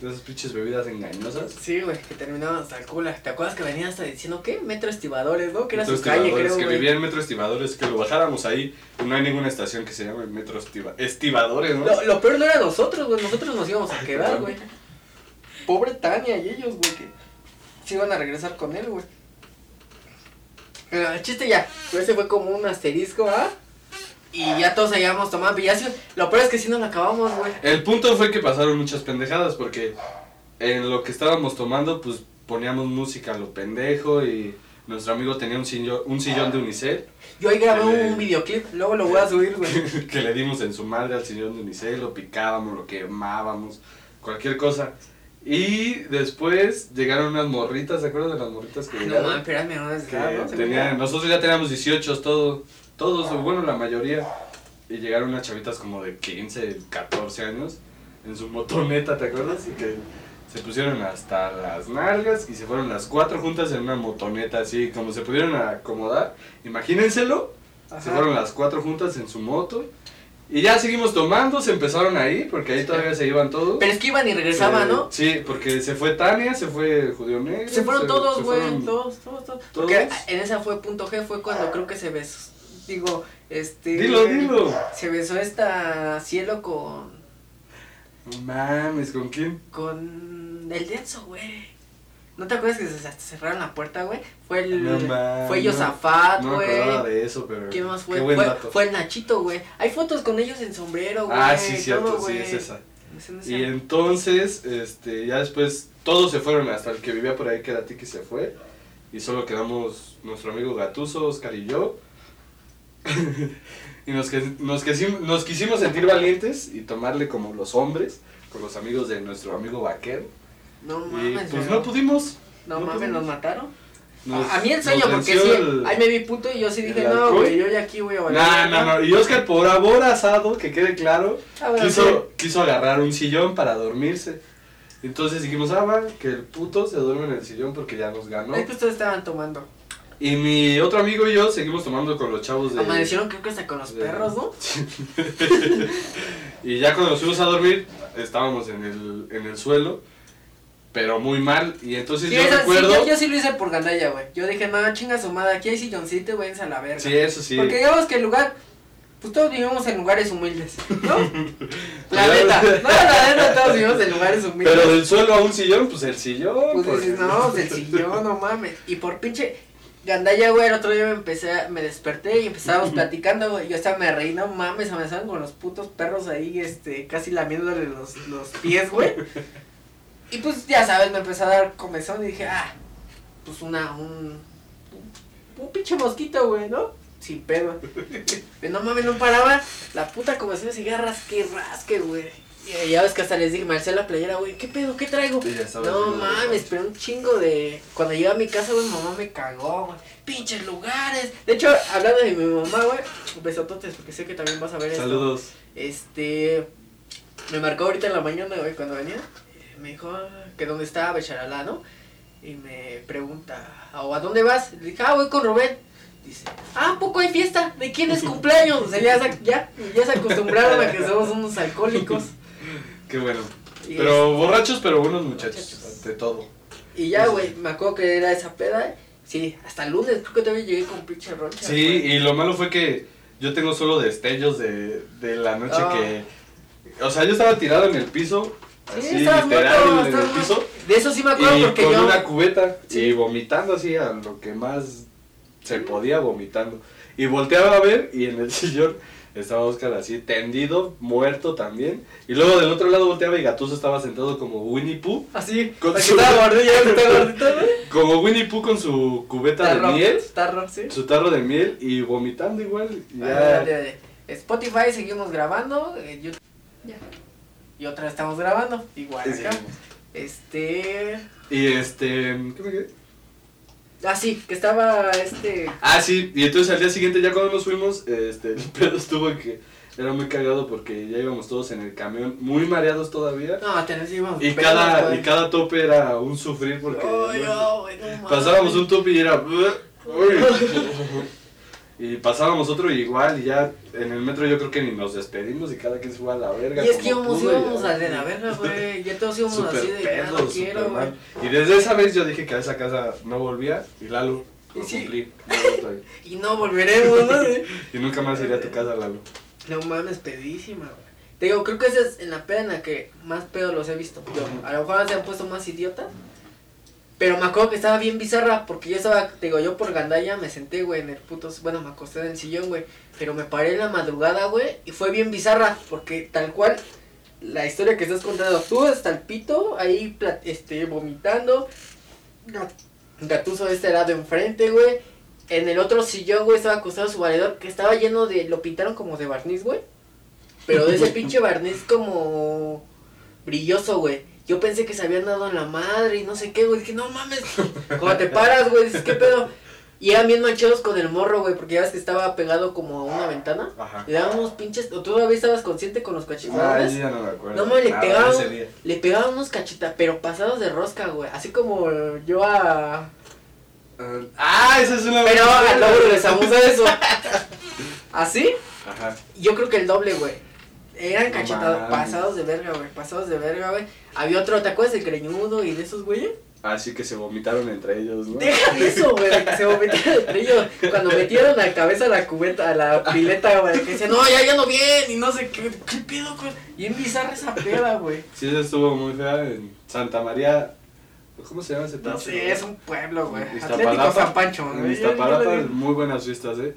B: de esas pinches bebidas engañosas.
A: Sí, güey, que terminaban hasta el culo. ¿Te acuerdas que venían hasta diciendo qué? Metro Estibadores, ¿no? Que era su
B: Metro
A: calle,
B: Estibadores,
A: creo,
B: que
A: güey.
B: vivía en Metro Estibadores, que lo bajáramos ahí. No hay ninguna estación que se llame Metro Estiba- Estibadores, ¿no?
A: Lo, lo peor no era nosotros, güey. Nosotros nos íbamos a quedar,
B: perdón.
A: güey. Pobre Tania y ellos, güey, que se iban a regresar con él, güey. Pero el chiste ya. Pero ese fue como un asterisco, ¿ah? Y ya todos habíamos tomado pillacio. Lo peor es que sí nos lo acabamos, güey.
B: El punto fue que pasaron muchas pendejadas porque en lo que estábamos tomando, pues poníamos música a lo pendejo y Nuestro amigo tenía un sillón, un sillón
A: Ah.
B: de unicel
A: Yo ahí grabé
B: Que le-
A: un videoclip, luego lo voy a subir, güey.
B: (laughs) que le dimos en su madre al sillón de unicel, lo picábamos, lo quemábamos, cualquier cosa. Y después llegaron unas morritas, ¿se acuerdan de las morritas que
A: Ay, No
B: llegaron?
A: mames, pero hazme una
B: que
A: desgracia, ¿no? Se me
B: tenía-
A: cae.
B: nosotros ya teníamos 18 todo, todos, o bueno, la mayoría. Y llegaron unas chavitas como de 15, 14 años en su motoneta, ¿te acuerdas? Y que se pusieron hasta las nalgas y se fueron las cuatro juntas en una motoneta, así como se pudieron acomodar. Imagínenselo, se
A: Ajá.
B: fueron las cuatro juntas en su moto. Y ya seguimos tomando, se empezaron ahí, porque ahí todavía se iban todos.
A: Pero es que iban y regresaban,
B: Eh,
A: ¿no?
B: Sí, porque se fue Tania, se fue Judío Negro.
A: Se fueron todos,
B: se
A: güey,
B: fueron-
A: todos, todos, todos. Porque
B: ¿Todos?
A: en esa fue punto G, fue cuando creo que se besó. Digo, este.
B: Dilo, dilo.
A: Se besó esta cielo con.
B: No mames, ¿con quién?
A: con. el denso, güey. ¿No te acuerdas que se se cerraron la puerta, güey? Fue el.
B: No mames,
A: fue
B: no-
A: Yosafat, Ah,
B: No me
A: güey.
B: acordaba de eso, pero.
A: ¿Qué más fue?
B: Qué buen
A: fue,
B: dato.
A: fue el Nachito, güey. Hay fotos con ellos en sombrero, güey.
B: ah, sí,
A: todo,
B: cierto, sí,
A: güey.
B: es esa.
A: Es en esa-
B: Y entonces, este, ya después, todos se fueron, hasta el que vivía por ahí, que era Tiki, se fue. Y solo quedamos nuestro amigo Gatuso, Oscar y yo. (laughs) y nos, que, nos, quisim- nos quisimos sentir valientes y tomarle como los hombres, con los amigos de nuestro amigo Vaquero.
A: No
B: Y
A: mames,
B: pues
A: güey.
B: no pudimos.
A: No
B: no
A: mames,
B: pudimos.
A: ¿los mataron?
B: Nos-
A: a a mí el
B: nos
A: sueño, porque
B: venció
A: sí,
B: el-
A: ahí me vi puto y yo sí
B: el
A: dije, no,
B: alcohol".
A: güey, yo ya aquí voy a valer.
B: No, no, no. Y Oscar, por amor asado, que quede claro,
A: Ah, bueno,
B: quiso, quiso agarrar un sillón para dormirse. Entonces dijimos, ah, va, que el puto se duerme en el sillón porque ya nos ganó.
A: Es que ustedes estaban tomando.
B: Y mi otro amigo y yo seguimos tomando con los chavos de...
A: Amanecieron creo que hasta con los
B: de-
A: perros, ¿no?
B: Y ya cuando nos fuimos a dormir, estábamos en el, en el suelo, pero muy mal. Y entonces
A: Sí,
B: yo
A: esa- sí,
B: recuerdo...
A: yo, yo sí lo hice por gandalla, güey. Yo dije, no, chinga su madre, aquí hay silloncito, güey, a la verga.
B: Sí, eso sí.
A: Porque digamos que el lugar, pues todos vivimos en lugares humildes,
B: (laughs)
A: ¿no? la
B: Pero-
A: neta, no, la neta, todos vivimos en lugares humildes.
B: Pero del suelo a un sillón, pues el sillón.
A: Pues
B: porque-
A: dices, no, del sillón, no mames. Y por pinche gandalla, güey, el otro día me empecé, a- me desperté y (laughs) empezábamos platicando, güey. Yo hasta me reí, no mames, estaban con los putos perros ahí, este, casi lamiéndole los, los pies, güey. Y pues, ya sabes, me empezó a dar comezón y dije, ah, pues una, un, un pinche mosquito, güey, ¿no? Sin pedo. Pero no mames, no paraba. La puta comezón me seguía rasque, rasque, güey. Y ya ves que hasta les dije, Marcela la playera, güey, ¿qué pedo? ¿Qué traigo?
B: Sí, ya estabas
A: No
B: viendo la
A: mames,
B: pancha.
A: pero un chingo de. Cuando llegué a mi casa, güey, mi mamá me cagó, güey. Pinches lugares. De hecho, hablando de mi mamá, güey, besototes, porque sé que también vas a ver esto.
B: Saludos.
A: Este. Me marcó ahorita en la mañana, güey, cuando venía. eh, Me dijo que dónde estaba Becharalá, ¿no? Y me pregunta, ¿o a dónde vas? Le dije, ah, voy con Rubén. Dice, ah, ¿a poco hay fiesta? ¿De quién
B: (laughs)
A: es cumpleaños? O sea, ya, se- ya, ya se acostumbraron a que somos unos alcohólicos.
B: (laughs) Qué bueno.
A: Y
B: Pero borrachos, pero buenos muchachos,
A: Muchachos.
B: ante todo.
A: Y
B: Pues
A: ya, güey, me acuerdo que era esa peda. Sí, hasta el lunes, creo que todavía llegué con pinche rocha.
B: Sí,
A: güey.
B: y lo malo fue que yo tengo solo destellos de, de la noche
A: Ah.
B: que... O sea, yo estaba tirado en el piso,
A: Sí,
B: así
A: estabas
B: literal
A: muerto,
B: en el
A: estabas
B: piso,
A: muerto. De eso sí me acuerdo
B: y
A: porque
B: con
A: yo.
B: una cubeta,
A: Sí.
B: y vomitando así a lo que más se podía vomitando. Y volteaba a ver, y en el (laughs) sillón estaba Oscar así, tendido, muerto también. Y luego del otro lado volteaba y Gatuso estaba sentado como Winnie Pooh,
A: Así,
B: con
A: aquí
B: su- (laughs)
A: estaba gordito, ya estaba gordito, güey.
B: como Winnie Pooh con su cubeta de
A: Tarro,
B: miel.
A: tarro, sí.
B: su tarro de miel y vomitando igual. y
A: Vale,
B: ya.
A: vale, vale. Spotify seguimos grabando. eh, YouTube- Y otra estamos grabando. Igual
B: Sí.
A: acá. Este.
B: Y este. ¿Qué me quedé?
A: Ah, sí, que estaba este.
B: Ah, sí, y entonces al día siguiente, ya cuando nos fuimos, este, el (laughs) pedo estuvo en que era muy cagado porque ya íbamos todos en el camión, muy mareados todavía.
A: No, tenés íbamos.
B: Y
A: pedos,
B: cada,
A: güey.
B: y cada tope era un sufrir porque
A: Ay, no, güey, no mames.
B: pasábamos un tope y
A: (laughs)
B: era. "Uy". Y pasábamos otro igual, y ya en el metro yo creo que ni nos despedimos y cada quien se fue a la verga.
A: Y es
B: como
A: que íbamos,
B: pudo, y ya.
A: íbamos a de la verga, güey. Ya todos íbamos
B: Súper
A: así de
B: pedo,
A: ya no
B: súper
A: quiero, güey.
B: mal. Y desde esa vez yo dije que a esa casa no volvía y Lalo lo
A: Sí.
B: cumplí. No volví ahí.
A: Y no volveremos, ¿no?
B: y nunca más iría a tu casa, Lalo.
A: No mames, pedísima, güey. Te digo, creo que esa es en la peda en la que más pedos los he visto. Yo, a lo mejor se han puesto más idiotas. Pero me acuerdo que estaba bien bizarra porque yo estaba, te digo, yo por gandalla me senté, güey, en el puto, bueno, me acosté en el sillón, güey, pero me paré en la madrugada, güey, y fue bien bizarra porque tal cual la historia que estás contando, tú hasta el pito, ahí, pla- este, vomitando, Gat- Gatuso de este lado enfrente, güey. En el otro sillón, güey, estaba acostado su valedor que estaba lleno de. Lo pintaron como de barniz, güey. Pero de ese pinche barniz como. brilloso, güey. Yo pensé que se habían dado en la madre y no sé qué, güey. Dije, no mames. Cuando te paras, güey, dices, ¿qué pedo? Y eran bien manchados con el morro, güey, porque ya ves que estaba pegado como a una ventana.
B: Ajá.
A: Le daban unos pinches. ¿O todavía estabas consciente con los
B: Ah,
A: cachetadones?
B: yo ya no me acuerdo.
A: No mames, le
B: nada de
A: pegaron,
B: ese día.
A: le pegaron unos cachetas, pero pasados de rosca, güey. Así como yo a.
B: Ah, esa es una
A: Pero
B: buena
A: al doble les abusa de eso. ¿Ah, Así,
B: Ajá.
A: yo creo que el doble, güey. Eran
B: No
A: cachetados,
B: mames.
A: pasados de verga, güey. Pasados de verga, güey. Había otro, ¿te acuerdas del greñudo y de esos, güey?
B: Así que se vomitaron entre ellos, ¿no?
A: Deja eso, güey, de que se metieron entre ellos. Cuando metieron la cabeza a la cubeta, a la pileta, güey, que decían, no, ya, ya no bien, y no sé qué, qué pedo, güey. Y en bizarra esa peda, güey.
B: Sí, esa estuvo muy fea en Santa María. ¿Cómo se llama ese
A: No
B: tacho?
A: sé, es un pueblo, güey.
B: En
A: Atlético San Pancho, güey.
B: En
A: Yo- yo le
B: Iztapalapa,
A: digo-
B: muy buenas fiestas, ¿eh?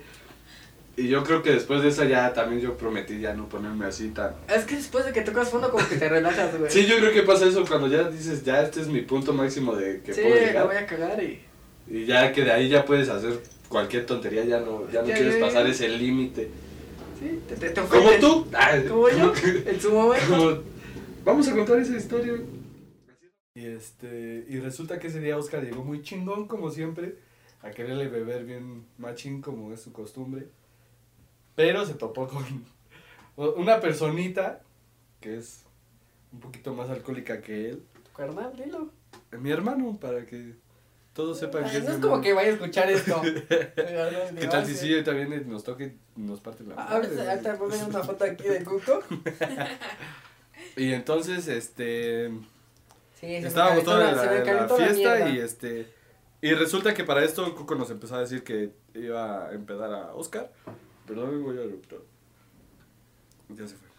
B: Y yo creo que después de esa ya también yo prometí ya no ponerme así tan...
A: Es que después de que tocas fondo como que te relajas, güey.
B: Sí, yo creo que pasa eso cuando ya dices, ya este es mi punto máximo de que
A: Sí,
B: puedo
A: la
B: llegar.
A: voy a cagar y...
B: Y ya que de ahí ya puedes hacer cualquier tontería, ya no, ya no
A: Ya,
B: quieres
A: ya, ya.
B: pasar ese límite.
A: Sí, te, te, te
B: Como
A: ofendes.
B: tú. Ay,
A: Como
B: (laughs)
A: yo, (laughs)
B: que-
A: en su momento.
B: como- Vamos a contar esa historia. Y este, y resulta que ese día Oscar llegó muy chingón como siempre, a quererle beber bien machín como es su costumbre. Pero se topó con (laughs) una personita que es un poquito más alcohólica que él,
A: Tu carnal, dilo.
B: mi hermano, para que todos sepan que
A: Ay,
B: es
A: Pues, no
B: mi
A: es como
B: hermano.
A: que vaya a escuchar esto.
B: (laughs) ¿Qué tal si sí también nos toque nos parte la
A: Ahora Ah, ahorita voy a poner una foto aquí de Cuco.
B: (laughs) Y entonces, este,
A: Sí, se me
B: estábamos
A: calentó
B: todos
A: la-
B: en
A: se me
B: la, en la
A: calentó la
B: fiesta
A: mierda.
B: y este, y resulta que para esto Cuco nos empezó a decir que iba a empezar a Oscar. Perdón, voy a eruptar. Ya se fue.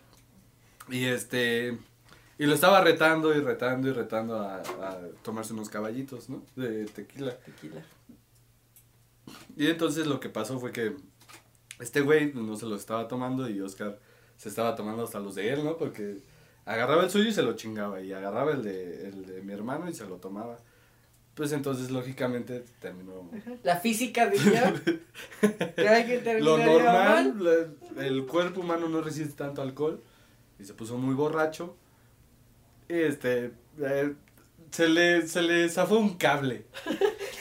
B: Y este, y lo estaba retando y retando y retando a, a tomarse unos caballitos, ¿no? De tequila.
A: Tequila.
B: Y entonces lo que pasó fue que este güey no se lo estaba tomando y Oscar se estaba tomando hasta los de él, ¿no? Porque agarraba el suyo y se lo chingaba y agarraba el de, el de mi hermano y se lo tomaba. Pues entonces, lógicamente, terminó...
A: La física
B: (laughs)
A: diría que hay que terminar
B: Lo
A: de
B: normal, la- el cuerpo humano no resiste tanto alcohol y se puso muy borracho. Y este... eh, se le, se le zafó un cable.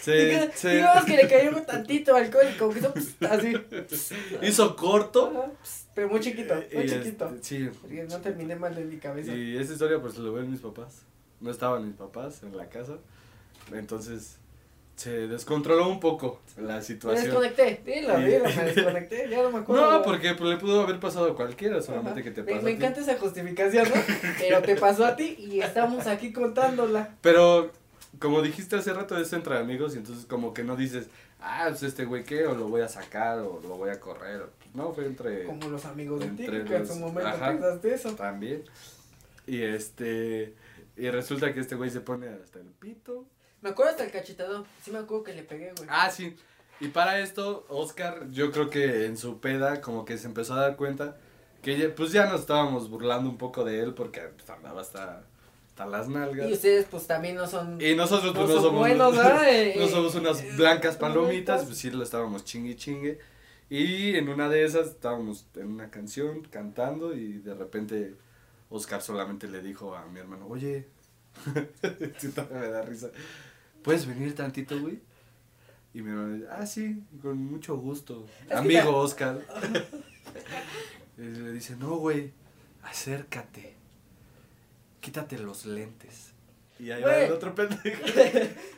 B: Se,
A: Diga-
B: se
A: Digamos que le cayó un tantito alcohol y como que hizo, pss, así.
B: hizo corto.
A: Ajá, pss, Pero muy chiquito, muy
B: Y,
A: chiquito.
B: este, sí.
A: Porque no terminé mal en mi cabeza.
B: Y esa historia pues lo ven mis papás. No estaban mis papás en la casa. Entonces se descontroló un poco la
A: Me
B: situación.
A: desconecté, dilo,
B: Y-
A: dilo,
B: (laughs)
A: me desconecté, ya no me acuerdo.
B: No, porque pues, le pudo haber pasado a cualquiera, solamente que te
A: me,
B: pasa.
A: me
B: a ti.
A: encanta esa justificación, ¿no? Pero te pasó a ti y estamos aquí contándola.
B: Pero como dijiste hace rato es entre amigos y entonces como que no dices, ah, pues este güey qué, o lo voy a sacar, o lo voy a correr. No, fue entre...
A: Como los amigos de ti,
B: Eh, Entre
A: que en
B: los-
A: su momento
B: ajá.
A: pensaste eso.
B: También. Y este... Y resulta que este güey se pone hasta el pito.
A: Me acuerdo hasta el cachetado, sí me acuerdo que le pegué, güey.
B: Ah, sí. Y para esto, Oscar, yo creo que en su peda, como que se empezó a dar cuenta que ya- pues ya nos estábamos burlando un poco de él porque pues, andaba hasta, hasta las
A: y
B: nalgas.
A: ustedes pues también no son...
B: Y nosotros
A: No
B: pues, (laughs) no,
A: son
B: somos,
A: buenos, ¿verdad? Eh,
B: no
A: eh,
B: somos
A: eh,
B: unas blancas
A: eh,
B: palomitas,
A: palomitas.
B: pues sí lo estábamos chingue y chingue. Y en una de esas estábamos en una canción cantando y de repente Oscar solamente le dijo a mi hermano, oye, (laughs) sí, todavía me da risa, ¿puedes venir tantito, güey? Y mi hermano, ah, sí, con mucho gusto,
A: que
B: amigo
A: ta-
B: Oscar. (laughs) y le dice, no, güey, acércate, quítate los lentes. Y ahí va
A: (laughs) Güey.
B: el otro pendejo.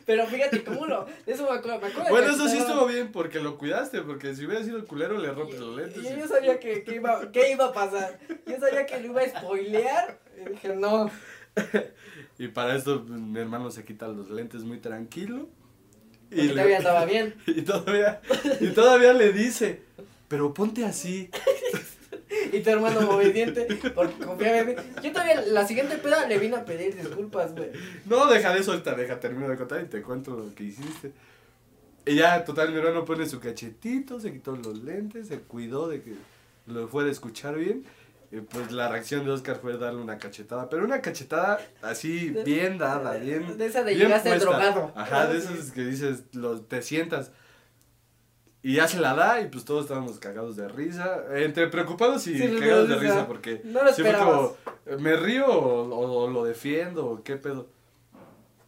A: Pero fíjate cómo lo... de Eso me acuerdo, me acuerdo. del
B: Bueno, eso sí
A: cachetado.
B: estuvo bien porque lo cuidaste, porque si hubiera sido el culero le rompes los lentes.
A: Y yo,
B: y-
A: yo sabía que, que iba, que iba a pasar. Yo sabía que lo iba a spoilear. Y dije, no.
B: Y para esto pues, mi hermano se quita los lentes muy tranquilo.
A: Y
B: le- (laughs)
A: todavía andaba bien.
B: y todavía, y todavía le dice, pero ponte así.
A: Y tu hermano obediente, porque confiaba en mí. Yo todavía la siguiente peda le vine a pedir disculpas, güey.
B: No, deja de eso ahorita, deja, termino de contar y te cuento lo que hiciste. Y ya, total, mi hermano pone su cachetito, se quitó los lentes, se cuidó de que lo fuera a escuchar bien. Y pues la reacción de Oscar fue darle una cachetada, pero una cachetada así
A: De-
B: bien dada, bien.
A: de esa de
B: bien
A: llegaste
B: puesta.
A: drogado.
B: Ajá, de esas que dices, los, te sientas. Y ya se la da y pues todos estábamos cagados de risa, entre preocupados y
A: Sí, no,
B: cagados de
A: o sea,
B: risa porque
A: no lo
B: sí fue
A: esperabas.
B: como, eh, ¿me río o, o- o lo defiendo o qué pedo? (laughs)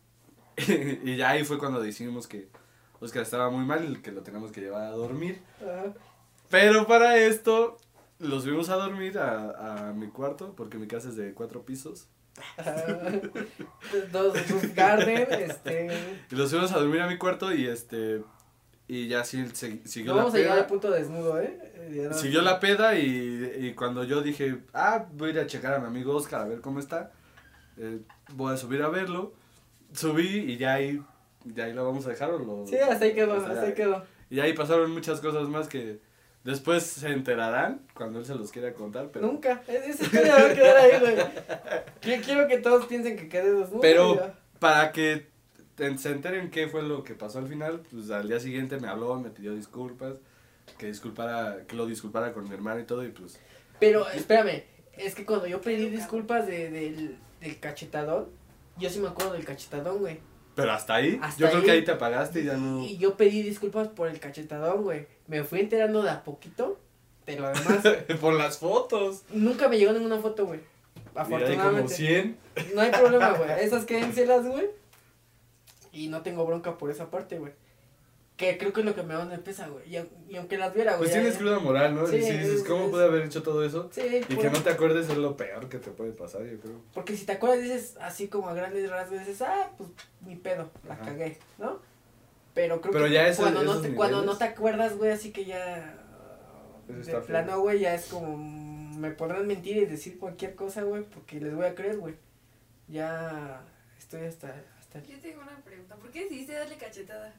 B: y ya ahí fue cuando decidimos que Oscar estaba muy mal y que lo teníamos que llevar a dormir.
A: Ajá.
B: Pero para esto, los fuimos a dormir a, a mi cuarto, porque mi casa es de cuatro pisos.
A: Ajá. Dos Roof Garden, este.
B: Y los fuimos a dormir a mi cuarto y este. Y ya sí, se- siguió
A: No
B: la
A: vamos a llegar
B: peda.
A: al punto desnudo, ¿eh? Eh, ya no-
B: Siguió la peda y, y cuando yo dije, ah, voy a ir a checar a mi amigo Oscar a ver cómo está, eh, voy a subir a verlo. Subí y ya ahí, ya ahí lo vamos a dejar o lo...
A: Sí, hasta ahí quedó,
B: o sea,
A: hasta ahí quedó.
B: Y ahí pasaron muchas cosas más que después se enterarán cuando él se los quiera contar, pero...
A: Nunca. Es- Esa historia va a quedar ahí, güey. Yo quiero que todos piensen que quedé desnudo.
B: Pero-
A: ya.
B: Para que te- se enteren qué fue lo que pasó al final, pues al día siguiente me habló, me pidió disculpas, que disculpara, que lo disculpara con mi hermano y todo, y pues
A: Pero, espérame, es que cuando yo pedí disculpas de, del, del cachetadón, yo sí me acuerdo del cachetadón, güey.
B: pero hasta ahí,
A: Hasta
B: yo creo que
A: ahí.
B: ahí te apagaste y ya no.
A: Y yo pedí disculpas por el cachetadón, güey. Me fui enterando de a poquito, pero además (laughs)
B: (laughs) Por las fotos.
A: nunca me llegó ninguna foto, güey.
B: Mira, hay como
A: Afortunadamente.
B: 100.
A: No hay problema, güey. Esas quédenselas, güey. Y no tengo bronca por esa parte, güey. Que creo que es lo que me da pesa, güey. Y, au- y aunque las viera, güey.
B: Pues
A: ya-
B: tienes cruda moral, ¿no?
A: Sí,
B: y si dices,
A: es- Pues
B: ¿cómo
A: es-
B: pude haber hecho todo eso?
A: Sí,
B: Y que
A: por-
B: no te acuerdes es lo peor que te puede pasar, yo creo.
A: Porque si te acuerdas, dices así como a grandes rasgos, dices, ah, pues mi pedo, la
B: Ajá.
A: cagué, ¿no? Pero creo
B: Pero
A: que
B: ya eso-
A: cuando, no
B: esos
A: te, cuando
B: niveles-
A: no te acuerdas, güey, así que ya. uh,
B: Eso
A: De
B: está feo.
A: plano, güey, ya es como. mm, Me podrán mentir y decir cualquier cosa, güey, porque les voy a creer, güey. Ya estoy hasta. hasta...
C: Yo tengo una pregunta. ¿Por qué decidiste darle cachetada?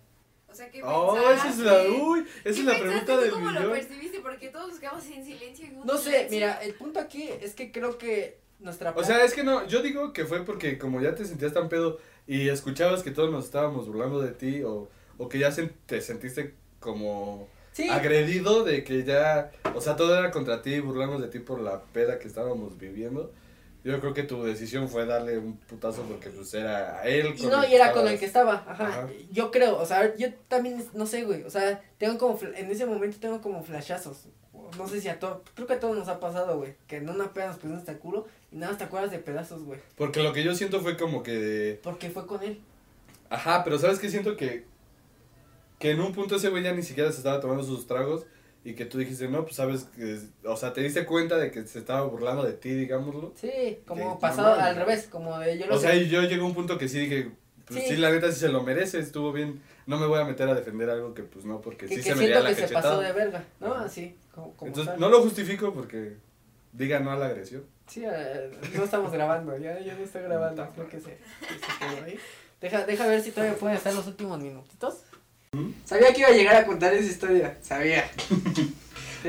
C: O sea, ¿qué
B: Oh, esa
C: pensaste?
B: es la. Uy, esa
C: ¿Qué
B: es la
C: pensaste
B: pregunta
C: tú
B: del
C: ¿Cómo lo
B: millón.
C: percibiste? Porque todos buscamos en silencio. y un
A: No sé,
C: silencio.
A: mira, el punto aquí es que creo que nuestra.
B: O sea, es que no, yo digo que fue porque como ya te sentías tan pedo y escuchabas que todos nos estábamos burlando de ti o, o que ya sen- te sentiste como
A: sí,
B: agredido de que ya, o sea, todo era contra ti, burlarnos de ti por la peda que estábamos viviendo. Yo creo que tu decisión fue darle un putazo porque pues era a él.
A: Y
B: con
A: no,
B: el
A: y era con el
B: estabas.
A: que estaba. Ajá.
B: Ajá.
A: Yo creo, o sea, yo también, es- no sé, güey. O sea, tengo como, fla- en ese momento tengo como flashazos. No sé si a todos, creo que a todos nos ha pasado, güey. Que en una peda nos pusimos hasta el culo y nada más te acuerdas de pedazos, güey.
B: Porque lo que yo siento fue como que de-
A: Porque fue con él.
B: Ajá, pero ¿sabes qué siento? Que, que en un punto ese güey ya ni siquiera se estaba tomando sus tragos y que tú dijiste, no, pues sabes, que es- o sea, te diste cuenta de que se estaba burlando de ti, digámoslo.
A: Sí, como
B: Sí,
A: pasado
B: normal,
A: al
B: güey.
A: revés, como de yo lo
B: O
A: sé.
B: sea, y yo llegué a un punto que sí dije, pues sí.
A: Sí.
B: la neta sí se lo merece, estuvo bien. No me voy a meter a defender algo que pues no, porque
A: que,
B: sí
A: que
B: se mería
A: siento
B: la
A: que se pasó
B: cachetada.
A: de verga, ¿no? Así, como, como
B: Entonces,
A: tal.
B: no lo justifico porque diga no a la agresión.
A: Sí, eh, no estamos grabando, ya, ya no estoy grabando, creo que se, que se quedó ahí. Deja, deja ver si todavía pueden estar los últimos minutitos.
B: ¿Mm?
A: Sabía que iba a llegar a contar esa historia,
B: (laughs)
A: sabía. Pero-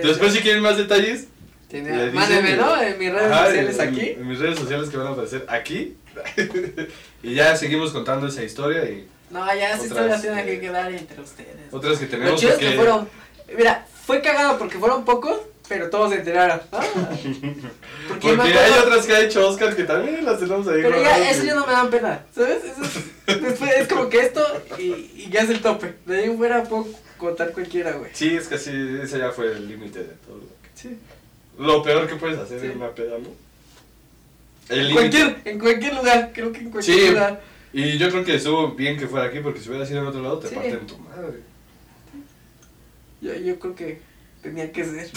B: Después, pues, si quieren más detalles,
A: Tenía-
B: le dicen
A: mándenme,
B: y-
A: ¿no? En mis redes
B: ajá,
A: sociales
B: en-
A: aquí.
B: En mis redes sociales que van a aparecer aquí. (laughs) y ya seguimos contando esa historia y
A: No, ya esa
B: otras,
A: historia tiene
B: eh,
A: que quedar entre ustedes.
B: otras que
A: Lo
B: tenemos.
A: chido es que
B: porque-
A: fueron, mira, fue cagado porque fueron pocos, pero todos se
B: (laughs)
A: enteraron, ¿no? Porque,
B: Porque
A: me
B: hay
A: acuerdo-
B: otras que ha hecho Oscar que también las tenemos ahí.
A: Pero
B: guardadas
A: ya, eso
B: que-
A: ya no me dan pena, ¿sabes? Eso es, después es como que esto y, y ya es el tope. De ahí en fuera puedo contar cualquiera, güey.
B: Sí, es que sí, ese ya fue el límite de todo. lo que- Sí. Lo peor que puedes hacer
A: Sí.
B: en una peda, ¿no? El
A: En
B: límite.
A: cualquier, en cualquier lugar, creo que en cualquier
B: Sí,
A: lugar.
B: Y yo creo que estuvo bien que fuera aquí porque si hubiera sido en otro lado te
A: Sí.
B: parten tu madre.
A: Yo, yo creo que tenía que ser.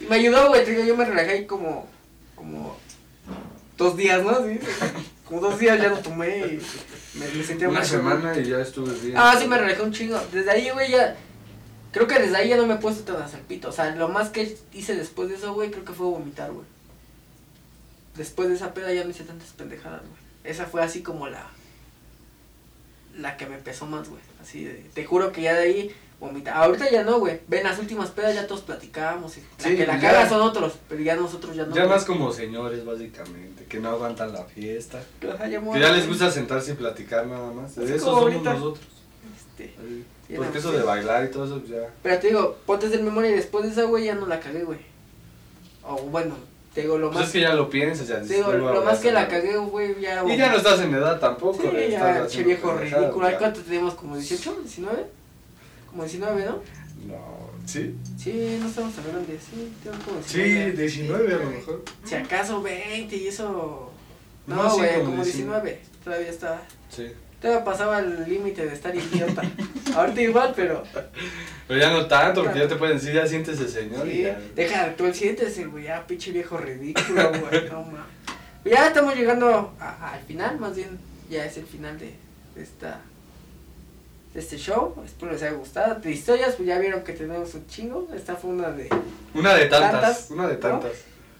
A: Y me ayudó, güey. te digo, Yo me relajé ahí como, como dos días, ¿no? Sí, como dos días ya lo tomé y me, me sentía
B: Una
A: más
B: semana y ya estuve bien.
A: Ah, sí, me relajé un chingo. Desde ahí, güey, ya. Creo que desde ahí ya no me he puesto tan hasta el pito. O sea, lo más que hice después de eso, güey, creo que fue vomitar, güey. Después de esa peda ya no hice tantas pendejadas, güey. Esa fue así como la. La que me empezó más, güey. Así de- Te juro que ya de ahí vomitaba. Ahorita ya no, güey. Ven, las últimas pedas ya todos platicábamos. Y la
B: Sí,
A: que la
B: ya.
A: caga son otros. Pero ya nosotros ya no.
B: Ya
A: güey.
B: más como señores, básicamente, que no aguantan la fiesta.
A: Ajá, ya me voy
B: Que
A: a-
B: ya les gusta sentarse y platicar nada más.
A: Así
B: Eso
A: como
B: somos
A: ahorita.
B: nosotros.
A: Este, Ya
B: Porque
A: no,
B: eso
A: sí.
B: de bailar y todo eso pues, ya.
A: Pero te digo, ponte en memoria y después de esa, güey, ya no la cagué, güey. O bueno, te digo, lo
B: Pues
A: más.
B: es que ya lo piensas, ya
A: te
B: dices,
A: digo,
B: no
A: lo más
B: hagas
A: que la
B: nada.
A: cagué, güey, ya.
B: Y ya no estás en edad tampoco.
A: Sí,
B: de estar
A: ya, che
B: haciendo
A: viejo
B: pendejadas,
A: ridículo.
B: ya.
A: ¿Cuánto tenemos? ¿Como 18? ¿19? Como 19, ¿no?
B: No, ¿sí?
A: Sí, no estamos tan grandes. Sí, tengo como 19.
D: 19 a lo mejor.
A: Si acaso 20 y eso.
D: No,
A: No,
D: sí,
A: güey,
D: como
A: como
D: 19.
A: 19. Todavía estaba.
B: Sí.
A: Todavía pasaba el límite de estar
B: (laughs)
A: idiota. Ahorita igual, pero.
B: Pero ya no tanto, porque ya te pueden decir, ya siéntese, señor. y
A: Sí,
B: ya.
A: deja tú el 7, ese, güey, ya pinche viejo ridículo, güey, no mames. Ya estamos llegando a- al final, más bien, ya es el final de, de esta de este show, espero les haya gustado. De historias, pues ya vieron que tenemos un chingo, esta fue una de...
B: Una de tantas,
A: Tantas,
B: una de tantas.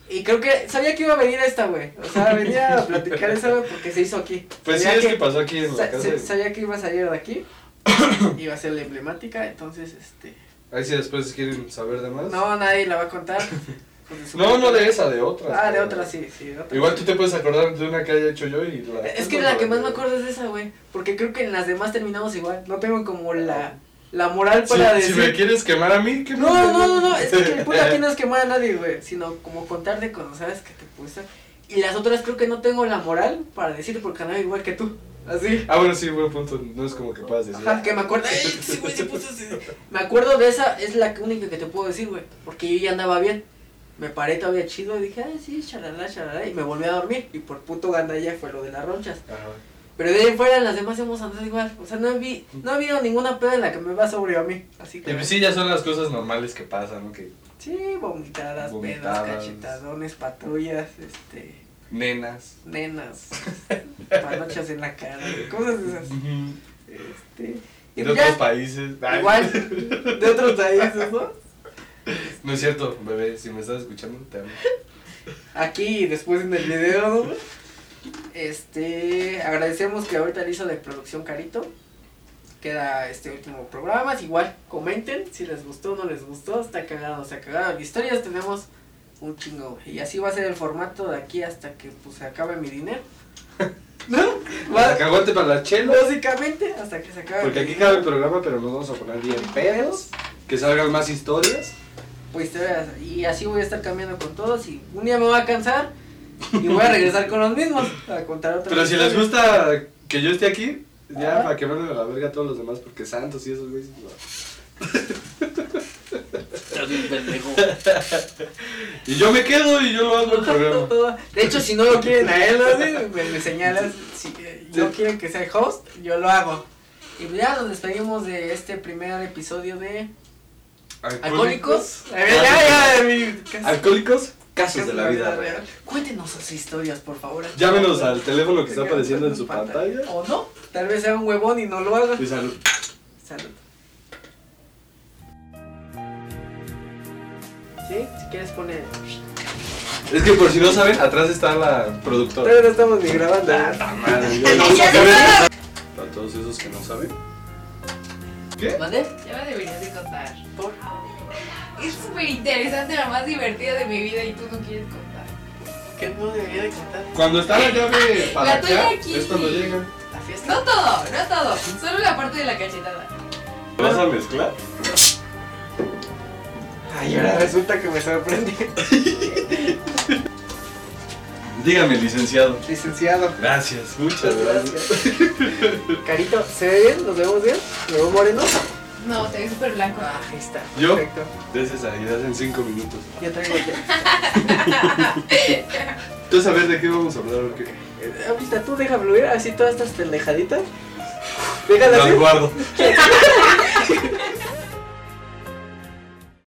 A: Y creo que sabía que iba a venir esta, güey, o sea, venía a platicar esa, güey, porque se hizo aquí.
B: Pues sí,
A: Sabía
B: es que pasó aquí en la
A: sa-
B: casa.
A: se-
B: de-
A: sabía que iba a salir de aquí, (coughs) iba a ser la emblemática, entonces, este...
B: Ahí sí después quieren saber de más.
A: No, nadie la va a
B: (laughs)
A: contar. porque su-
B: no, no de esa, de otra.
A: Ah, de otra, sí, sí, de otra.
B: Igual tú te puedes acordar de una que haya hecho yo y la...
A: Es que la que más me acuerdo es de esa, güey. Porque creo que en las demás terminamos igual. No tengo como la, la moral
B: Si,
A: para
B: si
A: decir.
B: Ah. me quieres quemar a mí, que
A: No, no, no, no. Es que el punto
B: (laughs)
A: aquí no es quemar a nadie, güey. Sino como contar de cosas, ¿sabes? Que te puse. Y las otras creo que no tengo la moral para decirte porque andaba igual que tú. Así.
B: Ah, bueno, sí, buen punto. No es como que puedas decir.
A: Ajá, que me acuerdo. (laughs) "Ey, sí, güey, se puso así". Me acuerdo de esa, es la única que te puedo decir, güey. Porque yo ya andaba bien. Me paré todavía chido y dije, ah, sí, charalá, charalá. Y me volví a dormir. Y por puto gandalla fue lo de las ronchas.
B: Ajá.
A: Pero de ahí en fuera las demás hemos andado igual. O sea, no, vi, no ha habido ninguna peda en la que me va sobre a mí. Así
B: Y
A: que.
B: pues sí, ya son las cosas normales que pasan, ¿no? Que
A: Sí, vomitadas,
B: Vomitadas.
A: pedas, cachetadones, patrullas, este,
B: nenas.
A: nenas, (laughs) panochas en la cara, cosas de esas. Este, y
B: De
A: pues
B: otros
A: ya,
B: países. Ay,
A: igual,
B: (laughs)
A: de otros países, ¿no?
B: No es cierto, bebé, si me estás escuchando, te
A: (laughs)
B: amo.
A: Aquí y después en el video, ¿no? Este, agradecemos que ahorita le hizo de producción Carito. Queda este último programa. es Igual, comenten si les gustó o no les gustó. Está cagado, está cagado. Historias tenemos un chingo. güey, Y así va a ser el formato de aquí hasta que pues, se acabe mi
B: (laughs)
A: dinero. ¿No? Va-
B: Cacahuate para la chela.
A: básicamente, hasta que se acabe
B: Porque
A: mi
B: aquí
A: dinero.
B: cabe el programa, pero nos vamos a poner bien pedos. Que salgan más historias.
A: Pues te veas, y así voy a estar cambiando con todos y un día me voy a cansar y voy a regresar con los mismos a contar otra
B: Pero si les
A: historia.
B: gusta que yo esté aquí, ya
A: Ajá.
B: para que manden a la verga a todos los demás, porque santos y esos güeyes. no. Y yo me quedo y yo lo hago el programa.
A: De hecho, si no lo quieren a él, ¿no? Sí, me, me señalas. Si eh, no quieren que sea el host, yo lo hago. Y pues ya nos despedimos de este primer episodio de Alcohólicos. Eh, ya, ya, mi- casi-
B: Alcohólicos,
A: casi
B: casos de la vida real.
A: Cuéntenos sus historias, por favor.
B: Llámenos al teléfono que está apareciendo en su pantalla.
A: O no, tal vez sea un huevón y no lo haga.
B: Y salud.
A: Salud. Sí, si quieres poner.
B: Es que por si no saben, atrás está la productora.
A: Todavía no estamos ni grabando. (laughs)
B: Ah, madre, yo no
C: Ya
B: sabía. Para todos esos que no saben. ¿Qué?
A: ¿Mande?
C: Ya me deberías de contar.
A: Por-
C: Es súper interesante, la más divertida de mi vida y tú no quieres contar.
A: ¿Qué no debería de contar?
B: Cuando está la llave para
C: La tuya
B: acá,
C: aquí.
B: es cuando llegan.
A: ¿La fiesta?
C: No todo, no todo. Solo la parte de la cachetada.
B: ¿Lo vas a mezclar?
A: Ay, ahora resulta que me sorprende.
B: Dígame, licenciado.
A: (laughs) Licenciado.
B: Gracias, muchas
A: Muchas
B: gracias.
A: gracias. (laughs) Carito, ¿se ve bien? ¿Nos vemos bien? ¿Me veo moreno?
C: No, te ves súper blanco.
A: Ah, ahí está.
B: ¿Yo?
A: Perfecto.
B: Gracias a Dios, en 5 minutos.
A: Yo traigo ya.
B: Entonces, a ver, ¿de qué vamos a hablar? o qué?
A: Eh, Ahorita tú deja ¿eh? fluir así todas estas pendejaditas. Déjala
B: Las
A: así.
B: guardo.